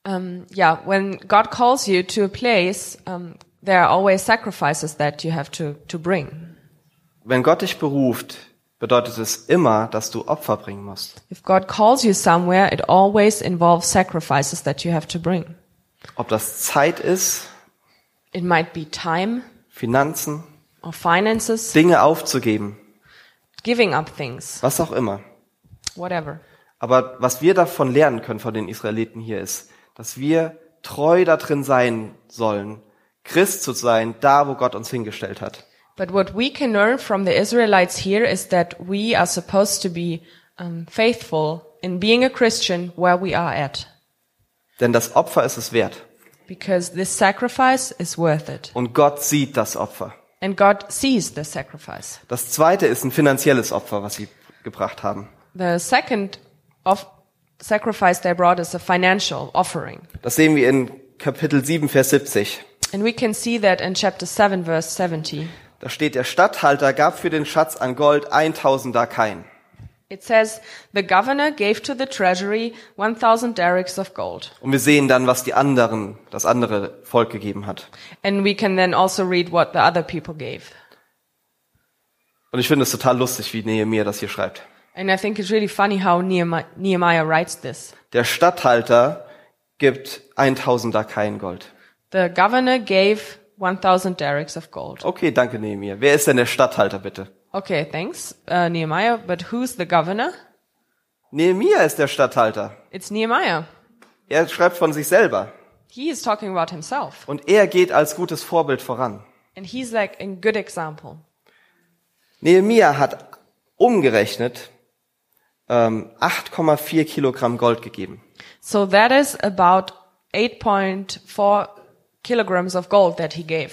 Speaker 3: Um, yeah, when God calls you to a place, um, there are always sacrifices that you have to to bring.
Speaker 2: Wenn Gott dich beruft, bedeutet es immer, dass du Opfer bringen musst.
Speaker 3: If God calls you somewhere, it always involves sacrifices that you have to bring.
Speaker 2: Ob das Zeit ist,
Speaker 3: It might be time
Speaker 2: Finanzen,
Speaker 3: or finances,
Speaker 2: Dinge aufzugeben,
Speaker 3: giving up things,
Speaker 2: was auch immer.
Speaker 3: whatever.
Speaker 2: Aber was wir davon lernen können von den Israeliten hier ist, dass wir treu da drin sein sollen, Christ zu sein, da wo Gott uns hingestellt hat.
Speaker 3: But what we can learn from the Israelites here is that we are supposed to be um, faithful in being a Christian where we are at,
Speaker 2: Denn das Opfer ist es wert.
Speaker 3: because this sacrifice is worth it.
Speaker 2: Und Gott sieht das Opfer.
Speaker 3: And God sees the sacrifice.
Speaker 2: Das zweite ist ein finanzielles Opfer, was sie gebracht haben.
Speaker 3: The second of sacrifice they brought is a financial offering.
Speaker 2: Das sehen wir in Kapitel 7, Vers 70.
Speaker 3: And we can see that in chapter 7 verse 70.
Speaker 2: Da steht, der Statthalter gab für den Schatz an Gold 1000 Dakaien.
Speaker 3: It says, the governor gave to the treasury 1,000 derricks of gold.
Speaker 2: Und wir sehen dann, was die anderen, das andere Volk gegeben hat.
Speaker 3: And we can then also read what the other people gave.
Speaker 2: Und ich finde es total lustig, wie Nehemiah das hier schreibt.
Speaker 3: And I think it's really funny how Nehemiah, Nehemiah writes this.
Speaker 2: Der Statthalter gibt 1000 Dakaien Gold.
Speaker 3: The governor gave 1,000 derricks of gold.
Speaker 2: Okay, danke Nehemiah. Wer ist denn der Statthalter bitte?
Speaker 3: Okay, thanks, uh, Nehemiah. But who's the governor?
Speaker 2: Nehemiah ist der Statthalter.
Speaker 3: It's Nehemiah.
Speaker 2: Er schreibt von sich selber.
Speaker 3: He is talking about himself.
Speaker 2: Und er geht als gutes Vorbild voran.
Speaker 3: And he's like a good example.
Speaker 2: Nehemia hat umgerechnet ähm, 8,4 Kilogramm Gold gegeben.
Speaker 3: So that is about 8.4 kilograms of gold that he gave.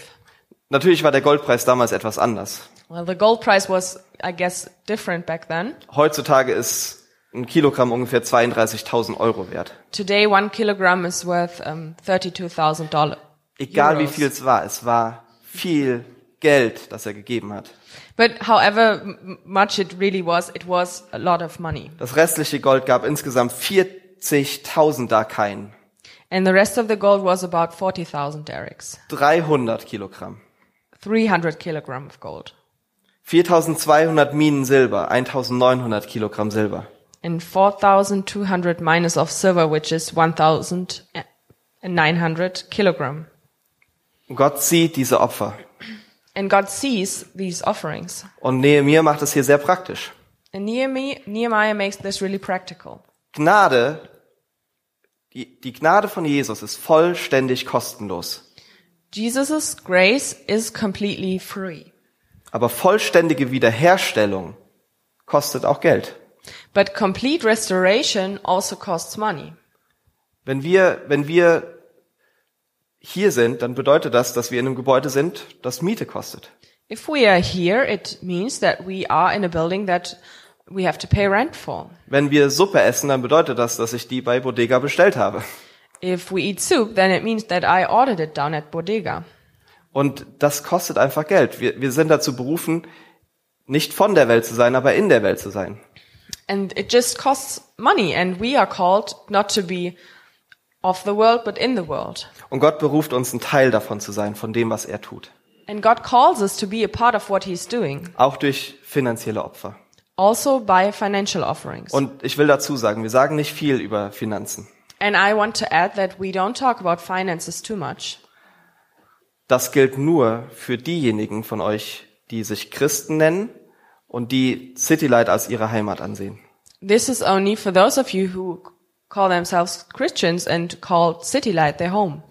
Speaker 2: Natürlich war der Goldpreis damals etwas anders.
Speaker 3: Well, the gold price was, I guess, different back then.
Speaker 2: Heutzutage ist ein Kilogramm ungefähr 32.000 Euro wert.
Speaker 3: Today, one kilogram is worth um, $32,000. dollar-
Speaker 2: Egal wie
Speaker 3: Euros.
Speaker 2: viel es war, es war viel Geld, das er gegeben hat.
Speaker 3: But however m- much it really was, it was a lot of money.
Speaker 2: Das restliche Gold gab insgesamt 40.000 Dakaien,
Speaker 3: And the rest of the gold was about 40,000 derricks.
Speaker 2: 300 Kilogramm,
Speaker 3: 300 kilogram of gold.
Speaker 2: 4.200 Minen Silber, 1.900 Kilogramm Silber,
Speaker 3: And 4,200 minus of silver, which is 1,900 kilogram.
Speaker 2: Und Gott sieht diese Opfer.
Speaker 3: And God sees these offerings.
Speaker 2: Und Nehemiah macht es hier sehr praktisch.
Speaker 3: And Nehemiah, Nehemiah makes this really practical.
Speaker 2: Gnade, die, die Gnade von Jesus ist vollständig kostenlos.
Speaker 3: Jesus' grace is completely free.
Speaker 2: Aber vollständige Wiederherstellung kostet auch Geld.
Speaker 3: But complete restoration also costs money.
Speaker 2: Wenn wir, wenn wir hier sind, dann bedeutet das, dass wir in einem Gebäude sind, das Miete kostet.
Speaker 3: If we are here, it means that we are in a building that we have to pay rent for.
Speaker 2: Wenn wir Suppe essen, dann bedeutet das, dass ich die bei Bodega bestellt habe.
Speaker 3: If we eat soup, then it means that I ordered it down at Bodega.
Speaker 2: Und das kostet einfach Geld. Wir, wir sind dazu berufen, nicht von der Welt zu sein, aber in der Welt zu sein.
Speaker 3: And it just costs money, and we are called not to be of the world, but in the world.
Speaker 2: Und Gott beruft uns, ein Teil davon zu sein, von dem, was er tut.
Speaker 3: And God calls us to be a part of what He's doing,
Speaker 2: Auch durch finanzielle Opfer.
Speaker 3: also by financial offerings.
Speaker 2: Und ich will dazu sagen, wir sagen nicht viel über Finanzen.
Speaker 3: And I want to add that we don't talk about finances too much.
Speaker 2: Das gilt nur für diejenigen von euch, die sich Christen nennen und die Citylight als ihre Heimat ansehen.
Speaker 3: This is only for those of you who call themselves Christians and call City Light their home.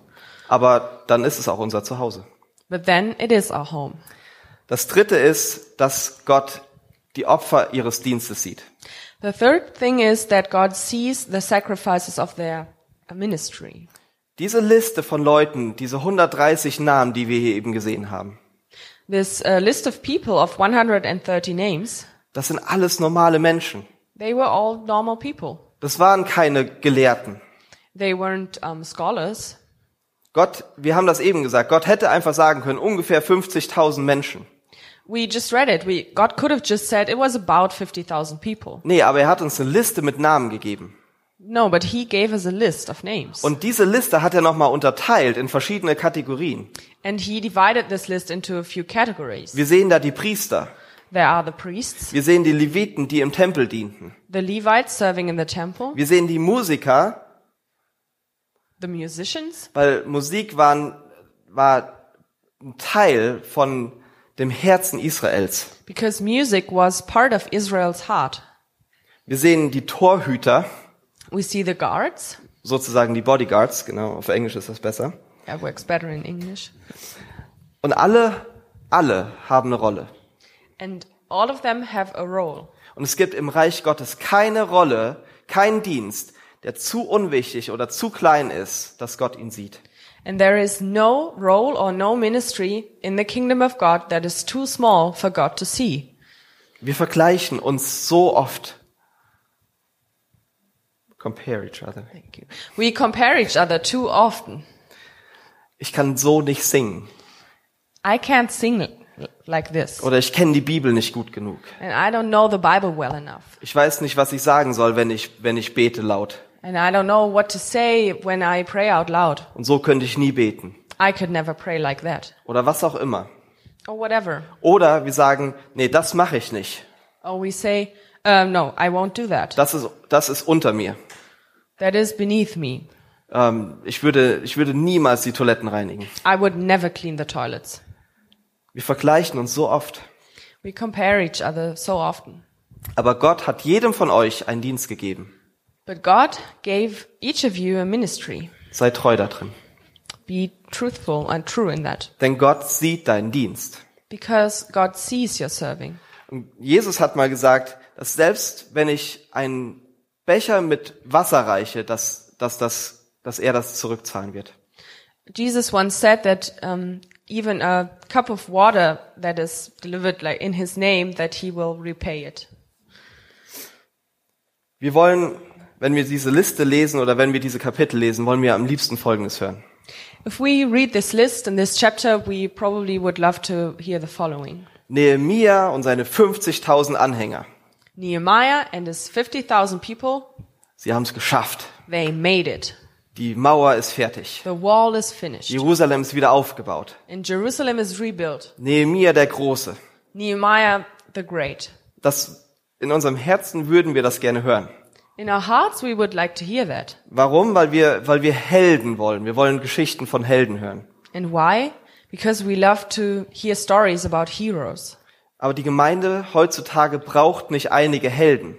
Speaker 2: Aber dann ist es auch unser Zuhause.
Speaker 3: But then it is our home.
Speaker 2: Das dritte ist, dass Gott die Opfer ihres Dienstes sieht.
Speaker 3: The third thing is that God sees the sacrifices of their ministry.
Speaker 2: Diese Liste von Leuten, diese 130 Namen, die wir hier eben gesehen haben,
Speaker 3: This uh, list of people of 130 names,
Speaker 2: das sind alles normale Menschen.
Speaker 3: they were all normal people.
Speaker 2: Das waren keine Gelehrten.
Speaker 3: They weren't um, scholars.
Speaker 2: Gott, wir haben das eben gesagt, Gott hätte einfach sagen können, ungefähr 50.000 Menschen.
Speaker 3: We just read it. We, God could have just said it was about 50,000 people.
Speaker 2: Nee, aber er hat uns eine Liste mit Namen gegeben.
Speaker 3: No, but he gave us a list of names.
Speaker 2: Und diese Liste hat er nochmal unterteilt in verschiedene Kategorien.
Speaker 3: and he divided this list into a few categories.
Speaker 2: Wir sehen da die Priester.
Speaker 3: There are the priests,
Speaker 2: Wir sehen die Leviten, die im Tempel dienten.
Speaker 3: the Levites serving in the temple,
Speaker 2: Wir sehen die Musiker,
Speaker 3: the musicians,
Speaker 2: weil Musik waren, war ein Teil von dem Herzen Israels.
Speaker 3: because music was part of Israel's heart.
Speaker 2: Wir sehen die Torhüter,
Speaker 3: We see the guards.
Speaker 2: sozusagen die Bodyguards, genau, auf Englisch ist das besser.
Speaker 3: That works better in English.
Speaker 2: Und alle, alle haben eine Rolle.
Speaker 3: And all of them have a role.
Speaker 2: Und es gibt im Reich Gottes keine Rolle, keinen Dienst, der zu unwichtig oder zu klein ist, dass Gott ihn sieht.
Speaker 3: And there is no role or no ministry in the kingdom of God that is too small for God to see.
Speaker 2: Wir vergleichen uns so oft. Compare each other.
Speaker 3: Thank you. We compare each other too often.
Speaker 2: Ich kann so nicht singen.
Speaker 3: I can't sing l- like this.
Speaker 2: Oder ich kenne die Bibel nicht gut genug.
Speaker 3: And I don't know the Bible well enough.
Speaker 2: Ich weiß nicht, was ich sagen soll, wenn ich, wenn ich bete laut.
Speaker 3: And I don't know what to say when I pray out loud.
Speaker 2: Und so könnte ich nie beten.
Speaker 3: I could never pray like that.
Speaker 2: Oder was auch immer.
Speaker 3: Or whatever.
Speaker 2: Oder wir sagen, nee, das mache ich nicht.
Speaker 3: Or we say, uh, no, I won't do that.
Speaker 2: Das ist, das ist unter mir.
Speaker 3: That is beneath me.
Speaker 2: Ähm, ich, würde, ich würde niemals die Toiletten reinigen.
Speaker 3: I would never clean the toilets.
Speaker 2: Wir vergleichen uns so oft.
Speaker 3: We compare each other so often.
Speaker 2: Aber Gott hat jedem von euch einen Dienst gegeben.
Speaker 3: But God gave each of you a ministry.
Speaker 2: Sei treu da drin.
Speaker 3: Be truthful and true in that.
Speaker 2: Denn Gott sieht deinen Dienst.
Speaker 3: Because God sees your serving.
Speaker 2: Und Jesus hat mal gesagt, dass selbst wenn ich einen Becher mit Wasser reiche, dass, dass, dass, dass er das zurückzahlen wird.
Speaker 3: Jesus once said that um, even a cup of water that is delivered like in his name, that he will repay it.
Speaker 2: Wir wollen, wenn wir diese Liste lesen oder wenn wir diese Kapitel lesen, wollen wir am liebsten Folgendes hören.
Speaker 3: If we read this list and this chapter, we probably would love to hear the following.
Speaker 2: Nehemia und seine 50.000 Anhänger,
Speaker 3: Nehemiah and his 50,000 people,
Speaker 2: sie haben es geschafft.
Speaker 3: they made it.
Speaker 2: Die Mauer ist fertig.
Speaker 3: The wall is finished.
Speaker 2: Jerusalem ist wieder aufgebaut.
Speaker 3: And Jerusalem is rebuilt.
Speaker 2: Nehemia der Große.
Speaker 3: Nehemiah the Great.
Speaker 2: Das, in unserem Herzen würden wir das gerne hören.
Speaker 3: In our hearts, we would like to hear that.
Speaker 2: Warum? Weil wir, weil wir Helden wollen. Wir wollen Geschichten von Helden hören.
Speaker 3: And why? Because we love to hear stories about heroes.
Speaker 2: Aber die Gemeinde heutzutage braucht nicht einige Helden.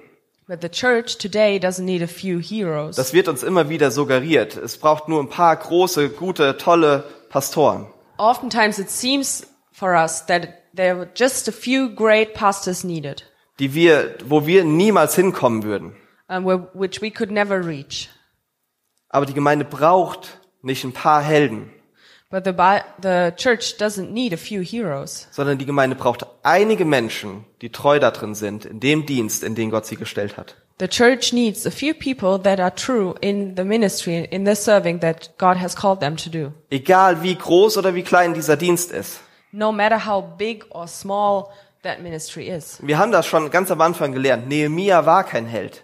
Speaker 3: But the church today doesn't need a few heroes.
Speaker 2: Das wird uns immer wieder suggeriert. Es braucht nur ein paar große, gute, tolle Pastoren.
Speaker 3: Oftentimes, it seems for us that there were just a few great pastors needed,
Speaker 2: die wir, wo wir niemals hinkommen würden.
Speaker 3: um, wh- which we could never reach.
Speaker 2: Aber die Gemeinde braucht nicht ein paar Helden,
Speaker 3: But the, Bi- the church doesn't need a few heroes.
Speaker 2: sondern die Gemeinde braucht einige Menschen, die treu da drin sind, in dem Dienst, in den Gott sie gestellt hat.
Speaker 3: The church needs a few people that are true in the ministry, in the serving that God has called them to do.
Speaker 2: Egal wie groß oder wie klein dieser Dienst ist.
Speaker 3: No matter how big or small that ministry is.
Speaker 2: Wir haben das schon ganz am Anfang gelernt. Nehemia war kein Held.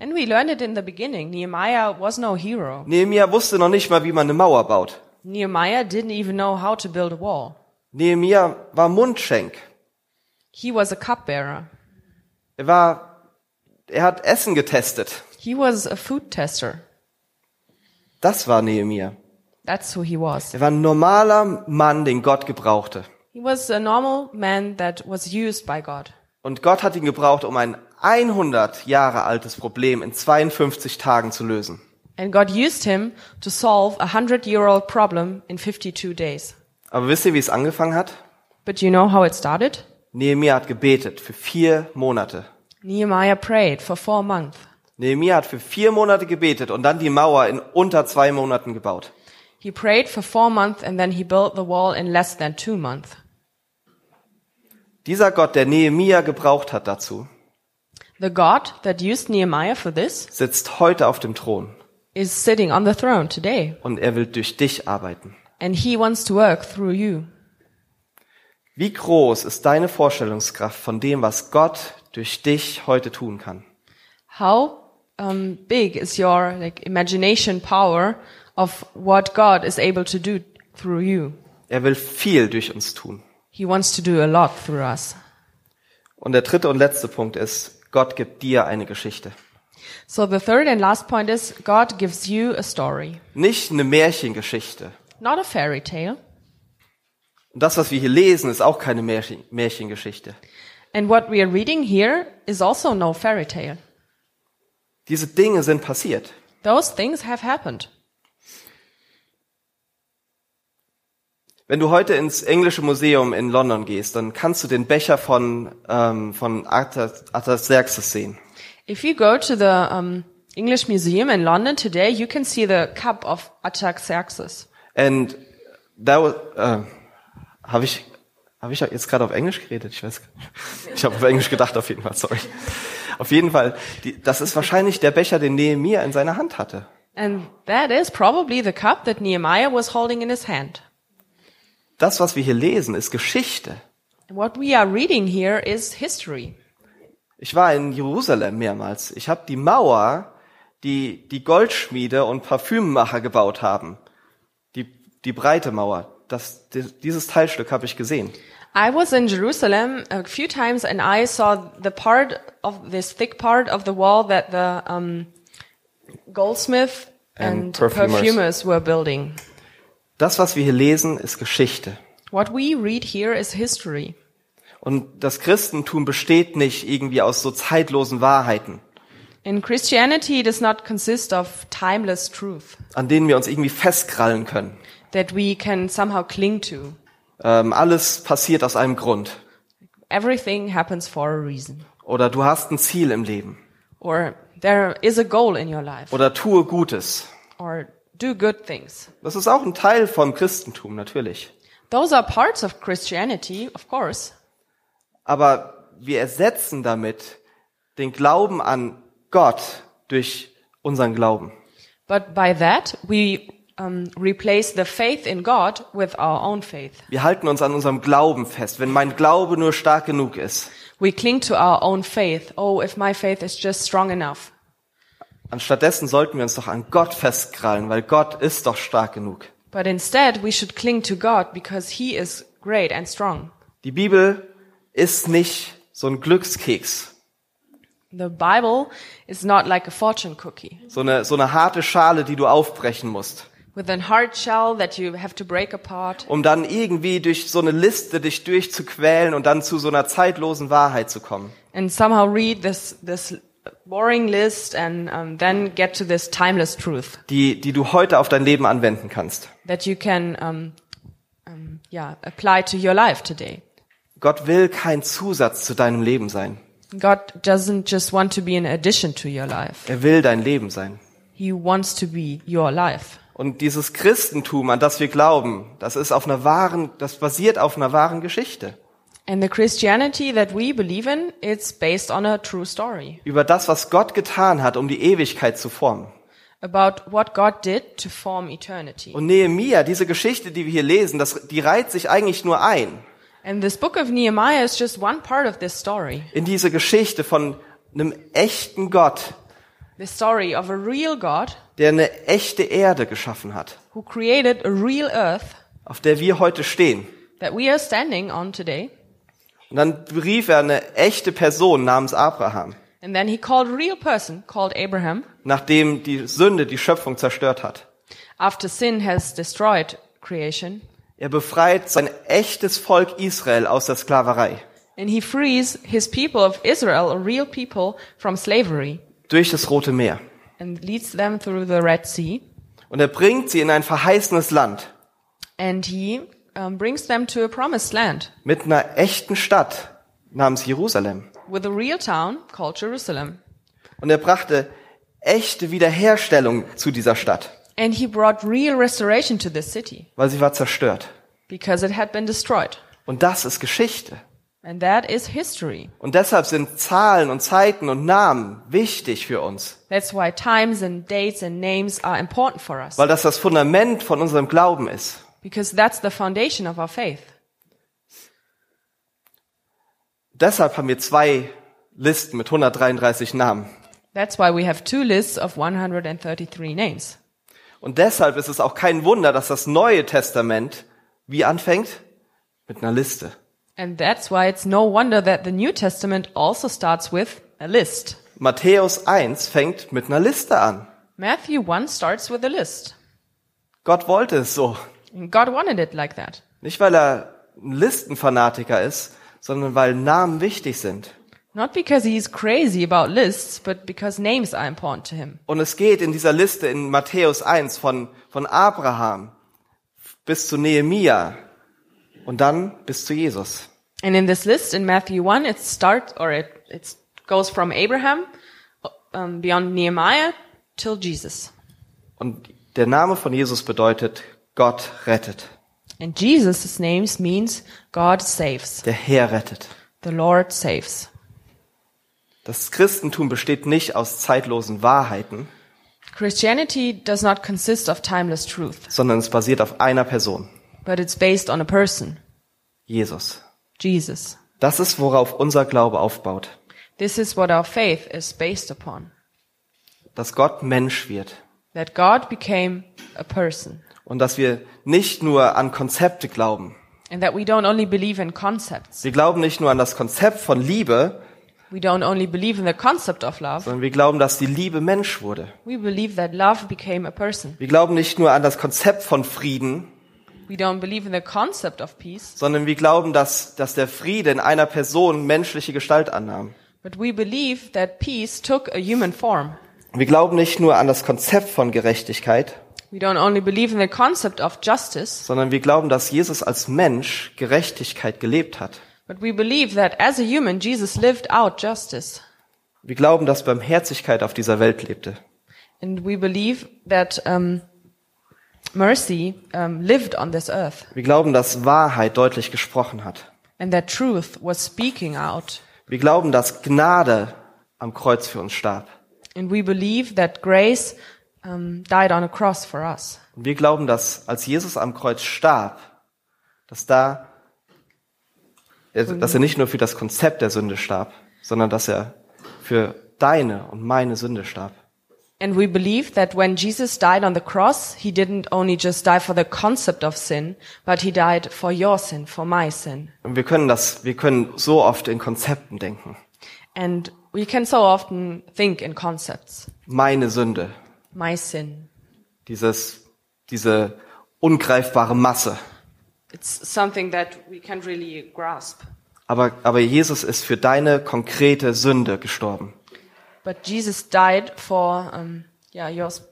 Speaker 3: And we learned it in the beginning. Nehemiah was no hero.
Speaker 2: Nehemia wusste noch nicht mal, wie man eine Mauer baut.
Speaker 3: Nehemiah didn't even know how to build a wall.
Speaker 2: Nehemia war Mundschenk.
Speaker 3: He was a cupbearer.
Speaker 2: Er war, er hat Essen getestet.
Speaker 3: He was a food tester.
Speaker 2: Das war Nehemia.
Speaker 3: That's who he was.
Speaker 2: Er war ein normaler Mann, den Gott gebrauchte.
Speaker 3: He was a normal man that was used by God.
Speaker 2: Und Gott hat ihn gebraucht, um ein 100 Jahre altes Problem in 52 Tagen zu lösen.
Speaker 3: And God used him to solve a hundred year old problem in 52 days.
Speaker 2: Aber wisst ihr, wie es angefangen hat?
Speaker 3: But you know how it started?
Speaker 2: Nehemia hat gebetet für vier Monate.
Speaker 3: Nehemiah prayed for four months.
Speaker 2: Nehemia hat für vier Monate gebetet und dann die Mauer in unter zwei Monaten gebaut.
Speaker 3: He prayed for four months and then he built the wall in less than two months.
Speaker 2: Dieser Gott, der Nehemia gebraucht hat dazu,
Speaker 3: The God that used Nehemiah for this
Speaker 2: sitzt heute auf dem Thron
Speaker 3: is sitting on the throne today
Speaker 2: und er will durch dich arbeiten.
Speaker 3: and he wants to work through you.
Speaker 2: Wie groß ist deine Vorstellungskraft von dem, was Gott durch dich heute tun kann?
Speaker 3: How um, big is your like imagination power of what God is able to do through you?
Speaker 2: Er will viel durch uns tun.
Speaker 3: He wants to do a lot through us.
Speaker 2: Und der dritte und letzte Punkt ist, Gott gibt dir eine Geschichte.
Speaker 3: So the third and last point is God gives you a story,
Speaker 2: Nicht eine Märchengeschichte.
Speaker 3: not a fairy tale.
Speaker 2: Und das, was wir hier lesen, ist auch keine Märchen Märchengeschichte.
Speaker 3: And what we are reading here is also no fairy tale.
Speaker 2: Diese Dinge sind passiert.
Speaker 3: Those things have happened.
Speaker 2: Wenn du heute ins Englische Museum in London gehst, dann kannst du den Becher von, ähm, von Artax- Artaxerxes sehen.
Speaker 3: If you go to the um, English Museum in London today, you can see the cup of Artaxerxes.
Speaker 2: And that was, äh, habe ich, habe ich jetzt gerade auf Englisch geredet? Ich weiß, gar nicht. ich habe auf Englisch gedacht auf jeden Fall, sorry. Auf jeden Fall, die, das ist wahrscheinlich der Becher, den Nehemia in seiner Hand hatte.
Speaker 3: And that is probably the cup that Nehemiah was holding in his hand.
Speaker 2: Das, was wir hier lesen, ist Geschichte.
Speaker 3: What we are reading here is history.
Speaker 2: Ich war in Jerusalem mehrmals. Ich habe die Mauer, die die Goldschmiede und Parfümmacher gebaut haben, die, die breite Mauer, das, di- dieses Teilstück habe ich gesehen.
Speaker 3: I was in Jerusalem a few times and I saw the part of this thick part of the wall that the um, goldsmith and,
Speaker 2: And perfumers.
Speaker 3: perfumers were building.
Speaker 2: Das, was wir hier lesen, ist Geschichte.
Speaker 3: What we read here is history.
Speaker 2: Und das Christentum besteht nicht irgendwie aus so zeitlosen Wahrheiten,
Speaker 3: In Christianity, it does not consist of timeless truth
Speaker 2: an denen wir uns irgendwie festkrallen können.
Speaker 3: that we can somehow cling to.
Speaker 2: Ähm, alles passiert aus einem Grund.
Speaker 3: Everything happens for a reason.
Speaker 2: Oder du hast ein Ziel im Leben.
Speaker 3: Or there is a goal in your life.
Speaker 2: Oder tue Gutes.
Speaker 3: Or do good things.
Speaker 2: Das ist auch ein Teil vom Christentum, natürlich.
Speaker 3: Those are parts of Christianity, of course.
Speaker 2: Aber wir ersetzen damit den Glauben an Gott durch unseren Glauben.
Speaker 3: But by that, we um, replace the faith in God with our own faith.
Speaker 2: Wir halten uns an unserem Glauben fest. Wenn mein Glaube nur stark genug ist,
Speaker 3: We cling to our own faith. Oh, if my faith is just strong enough.
Speaker 2: anstattdessen sollten wir uns doch an Gott festkrallen, weil Gott ist doch stark genug.
Speaker 3: But instead, we should cling to God because He is great and strong.
Speaker 2: Die Bibel ist nicht so ein Glückskeks,
Speaker 3: The Bible is not like a fortune cookie
Speaker 2: so eine, so eine harte Schale, die du aufbrechen musst,
Speaker 3: with a hard shell that you have to break apart
Speaker 2: um dann irgendwie durch so eine Liste dich durchzuquälen und dann zu so einer zeitlosen Wahrheit zu kommen.
Speaker 3: and somehow read this this boring list and um, then get to this timeless truth
Speaker 2: die, die du heute auf dein Leben anwenden kannst.
Speaker 3: that you can um, um, yeah apply to your life today.
Speaker 2: Gott will kein Zusatz zu deinem Leben sein.
Speaker 3: God doesn't just want to be an addition to your life.
Speaker 2: Er will dein Leben sein.
Speaker 3: He wants to be your life.
Speaker 2: Und dieses Christentum, an das wir glauben, das ist auf einer wahren, das basiert auf einer wahren Geschichte.
Speaker 3: And the Christianity that we believe in, it's based on a true story
Speaker 2: Über das, was Gott getan hat, um die Ewigkeit zu formen.
Speaker 3: about what God did to form eternity.
Speaker 2: Und Nehemia, diese Geschichte, die wir hier lesen, das, die reiht sich eigentlich nur ein
Speaker 3: And this book of Nehemiah is just one part of this story.
Speaker 2: in diese Geschichte von einem echten Gott,
Speaker 3: The story of a real God
Speaker 2: der eine echte Erde geschaffen hat,
Speaker 3: who created a real earth
Speaker 2: auf der wir heute stehen.
Speaker 3: that we are standing on today.
Speaker 2: Und dann berief er eine echte Person namens Abraham.
Speaker 3: And then he called a real person called Abraham
Speaker 2: nachdem die Sünde die Schöpfung zerstört hat.
Speaker 3: after sin has destroyed creation.
Speaker 2: Er befreit sein echtes Volk Israel aus der Sklaverei
Speaker 3: And he frees his people of Israel, a real people, from slavery
Speaker 2: durch das Rote Meer.
Speaker 3: and leads them through the Red Sea.
Speaker 2: Und er bringt sie in ein verheißenes Land
Speaker 3: And he um, brings them to a promised land
Speaker 2: mit einer echten Stadt namens Jerusalem.
Speaker 3: with a real town called Jerusalem.
Speaker 2: Und er brachte echte Wiederherstellung zu dieser Stadt,
Speaker 3: And he brought real restoration to this city
Speaker 2: weil sie war zerstört.
Speaker 3: because it had been destroyed.
Speaker 2: Und das ist Geschichte.
Speaker 3: And that is history.
Speaker 2: Und deshalb sind Zahlen und Zeiten und Namen wichtig für uns,
Speaker 3: That's why times and dates and names are important for us
Speaker 2: weil das das Fundament von unserem Glauben ist.
Speaker 3: because that's the foundation of our faith.
Speaker 2: Deshalb haben wir zwei Listen mit 133 Namen.
Speaker 3: That's why we have two lists of 133 names.
Speaker 2: Und deshalb ist es auch kein Wunder, dass das Neue Testament wie anfängt? Mit einer Liste.
Speaker 3: And that's why it's no wonder that the New Testament also starts with a list.
Speaker 2: Matthäus 1 fängt mit einer Liste an.
Speaker 3: Matthew 1 starts with a list.
Speaker 2: Gott wollte es so.
Speaker 3: And God wanted it like that.
Speaker 2: Nicht, weil er ein Listenfanatiker ist, sondern weil Namen wichtig sind.
Speaker 3: Not because he's crazy about lists, but because names are important to him.
Speaker 2: Und es geht in dieser Liste in Matthäus 1 von, von Abraham bis zu Nehemia und dann bis zu Jesus.
Speaker 3: And in this list in Matthew 1, it starts, or it, it goes from Abraham, um, beyond Nehemiah, till Jesus.
Speaker 2: Und der Name von Jesus bedeutet, Gott rettet.
Speaker 3: And Jesus' names means God saves.
Speaker 2: Der Herr rettet.
Speaker 3: The Lord saves.
Speaker 2: Das Christentum besteht nicht aus zeitlosen Wahrheiten,
Speaker 3: Christianity does not consist of timeless truth,
Speaker 2: sondern es basiert auf einer Person,
Speaker 3: but it's based on a person,
Speaker 2: Jesus.
Speaker 3: Jesus.
Speaker 2: Das ist, worauf unser Glaube aufbaut,
Speaker 3: This is what our faith is based upon.
Speaker 2: dass Gott Mensch wird
Speaker 3: That God became a person.
Speaker 2: und dass wir nicht nur an Konzepte glauben.
Speaker 3: And that we don't only believe in concepts.
Speaker 2: Wir glauben nicht nur an das Konzept von Liebe,
Speaker 3: We don't only believe in the concept of love.
Speaker 2: sondern wir glauben, dass die Liebe Mensch wurde.
Speaker 3: We believe that love became a person.
Speaker 2: Wir glauben nicht nur an das Konzept von Frieden,
Speaker 3: We don't believe in the concept of peace,
Speaker 2: sondern wir glauben, dass, dass der Friede in einer Person menschliche Gestalt annahm.
Speaker 3: but we believe that peace took a human form.
Speaker 2: Wir glauben nicht nur an das Konzept von Gerechtigkeit,
Speaker 3: We don't only believe in the concept of justice,
Speaker 2: sondern wir glauben, dass Jesus als Mensch Gerechtigkeit gelebt hat.
Speaker 3: but we believe that as a human, Jesus lived out justice.
Speaker 2: Wir glauben, dass Barmherzigkeit auf dieser Welt lebte.
Speaker 3: And we believe that um, mercy um, lived on this earth
Speaker 2: Wir glauben, dass Wahrheit deutlich gesprochen hat.
Speaker 3: and that truth was speaking out.
Speaker 2: Wir glauben, dass Gnade am Kreuz für uns starb.
Speaker 3: And we believe that grace um, died on a cross for us.
Speaker 2: Und wir glauben, dass als Jesus am Kreuz starb, dass da, dass er nicht nur für das Konzept der Sünde starb, sondern dass er für deine und meine Sünde starb.
Speaker 3: And we believe that when Jesus died on the cross, he didn't only just die for the concept of sin, but he died for your sin, for my sin.
Speaker 2: Und wir können das, wir können so oft in Konzepten denken.
Speaker 3: And we can so often think in concepts.
Speaker 2: Meine Sünde,
Speaker 3: My sin.
Speaker 2: dieses, diese ungreifbare Masse.
Speaker 3: It's something that we can't really grasp.
Speaker 2: Aber, aber Jesus ist für deine konkrete Sünde gestorben.
Speaker 3: But Jesus died for, um, yeah, your sp-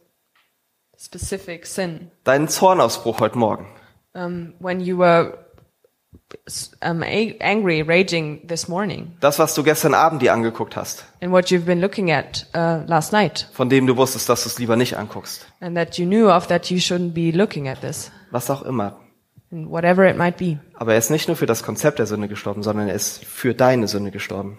Speaker 3: specific sin.
Speaker 2: Deinen Zornausbruch heute Morgen.
Speaker 3: Um, when you were s- um, a- angry, raging this morning,
Speaker 2: Das, was du gestern Abend dir angeguckt hast,
Speaker 3: and what you've been looking at uh, last night,
Speaker 2: von dem du wusstest, dass du es lieber nicht anguckst.
Speaker 3: and that you knew of that you shouldn't be looking at this,
Speaker 2: Was auch immer.
Speaker 3: and whatever it might be.
Speaker 2: Aber er ist nicht nur für das Konzept der Sünde gestorben, sondern er ist für deine Sünde gestorben.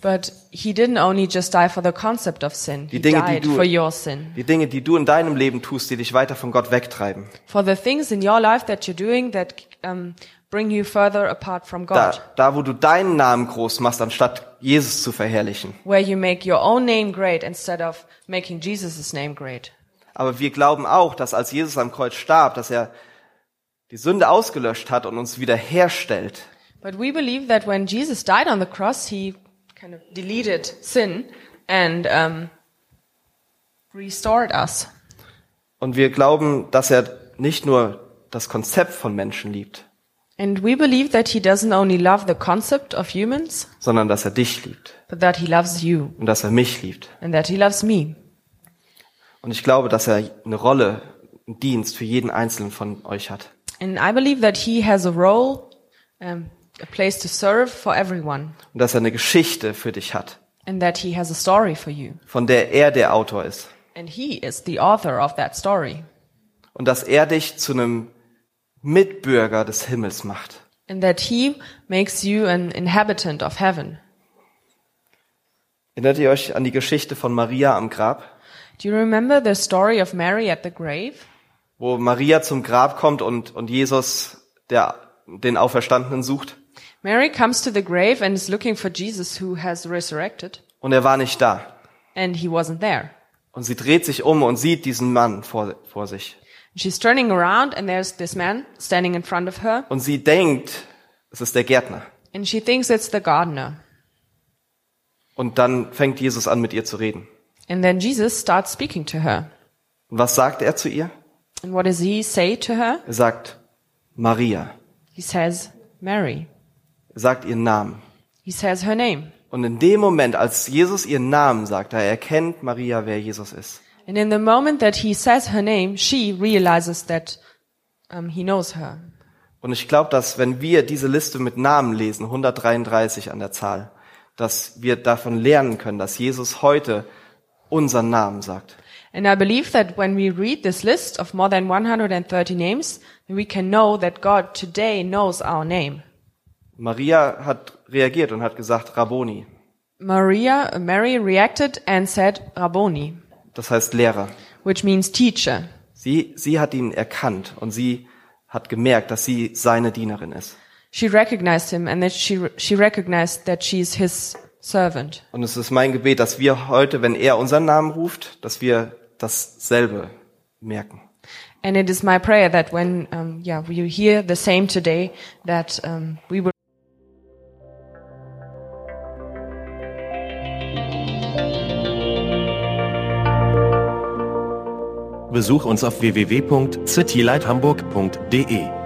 Speaker 3: But he didn't only just die for the concept of sin. He
Speaker 2: Die Dinge, die
Speaker 3: died
Speaker 2: du-
Speaker 3: for your sin.
Speaker 2: Die Dinge, die du in deinem Leben tust, die dich weiter von Gott wegtreiben.
Speaker 3: For the things in your life that you're doing that um, bring you further apart from
Speaker 2: Da,
Speaker 3: God.
Speaker 2: da, wo du deinen Namen groß machst, anstatt Jesus zu verherrlichen.
Speaker 3: Where you make your own name great instead of making Jesus' name great.
Speaker 2: Aber wir glauben auch, dass als Jesus am Kreuz starb, dass er die Sünde ausgelöscht hat und uns wiederherstellt.
Speaker 3: But we believe that when Jesus died on the cross, he kind of deleted sin and um, restored us.
Speaker 2: Und wir glauben, dass er nicht nur das Konzept von Menschen liebt,
Speaker 3: And we believe that he doesn't only love the concept of humans,
Speaker 2: sondern dass er dich liebt
Speaker 3: but that he loves you
Speaker 2: und dass er mich liebt.
Speaker 3: and that he loves me.
Speaker 2: Und ich glaube, dass er eine Rolle, einen Dienst für jeden Einzelnen von euch hat.
Speaker 3: And I believe that he has a role, um, a place to serve for everyone,
Speaker 2: Und dass er eine Geschichte für dich hat,
Speaker 3: and that he has a story for you.
Speaker 2: von der er der Autor ist.
Speaker 3: And he is the author of that story.
Speaker 2: Und dass er dich zu einem Mitbürger des Himmels macht.
Speaker 3: And that he makes you an inhabitant of heaven.
Speaker 2: Erinnert ihr euch an die Geschichte von Maria am Grab?
Speaker 3: Do you remember the story of Mary at the grave?
Speaker 2: wo Maria zum Grab kommt und, und Jesus der, den Auferstandenen sucht.
Speaker 3: Mary comes to the grave and is looking for Jesus who has resurrected,
Speaker 2: Und er war nicht da.
Speaker 3: and he wasn't there.
Speaker 2: Und sie dreht sich um und sieht diesen Mann vor, vor sich.
Speaker 3: She's turning around, and there's this man standing in front of her,
Speaker 2: Und sie denkt, es ist der Gärtner.
Speaker 3: and she thinks it's the gardener.
Speaker 2: Und dann fängt Jesus an, mit ihr zu reden.
Speaker 3: And then Jesus starts speaking to her.
Speaker 2: Und was sagt er zu ihr?
Speaker 3: And what does he say to her?
Speaker 2: Er sagt, Maria.
Speaker 3: He says, Mary.
Speaker 2: Er sagt ihren Namen.
Speaker 3: He says her name.
Speaker 2: Und in dem Moment, als Jesus ihren Namen sagt, da erkennt Maria, wer Jesus ist.
Speaker 3: And in the moment that he says her name, she realizes that um, he knows her.
Speaker 2: Und ich glaube, dass wenn wir diese Liste mit Namen lesen, 133 an der Zahl, dass wir davon lernen können, dass Jesus heute unseren Namen sagt.
Speaker 3: And I believe that when we read this list of more than 130 names, we can know that God today knows our name.
Speaker 2: Maria hat reagiert und hat gesagt, Rabboni,
Speaker 3: Maria, uh, Mary reacted and said Rabboni,
Speaker 2: das heißt Lehrer.
Speaker 3: which means teacher.
Speaker 2: Sie, sie hat ihn erkannt und sie hat gemerkt, dass sie seine Dienerin ist.
Speaker 3: She recognized him and that she, she recognized that she is his servant.
Speaker 2: Und es ist mein Gebet, dass wir heute, wenn er unseren Namen ruft, dass wir dasselbe merken.
Speaker 3: And it is my prayer that when, um, yeah, we hear the same today, that um, we will.
Speaker 1: Besuch uns auf www.citylighthamburg.de.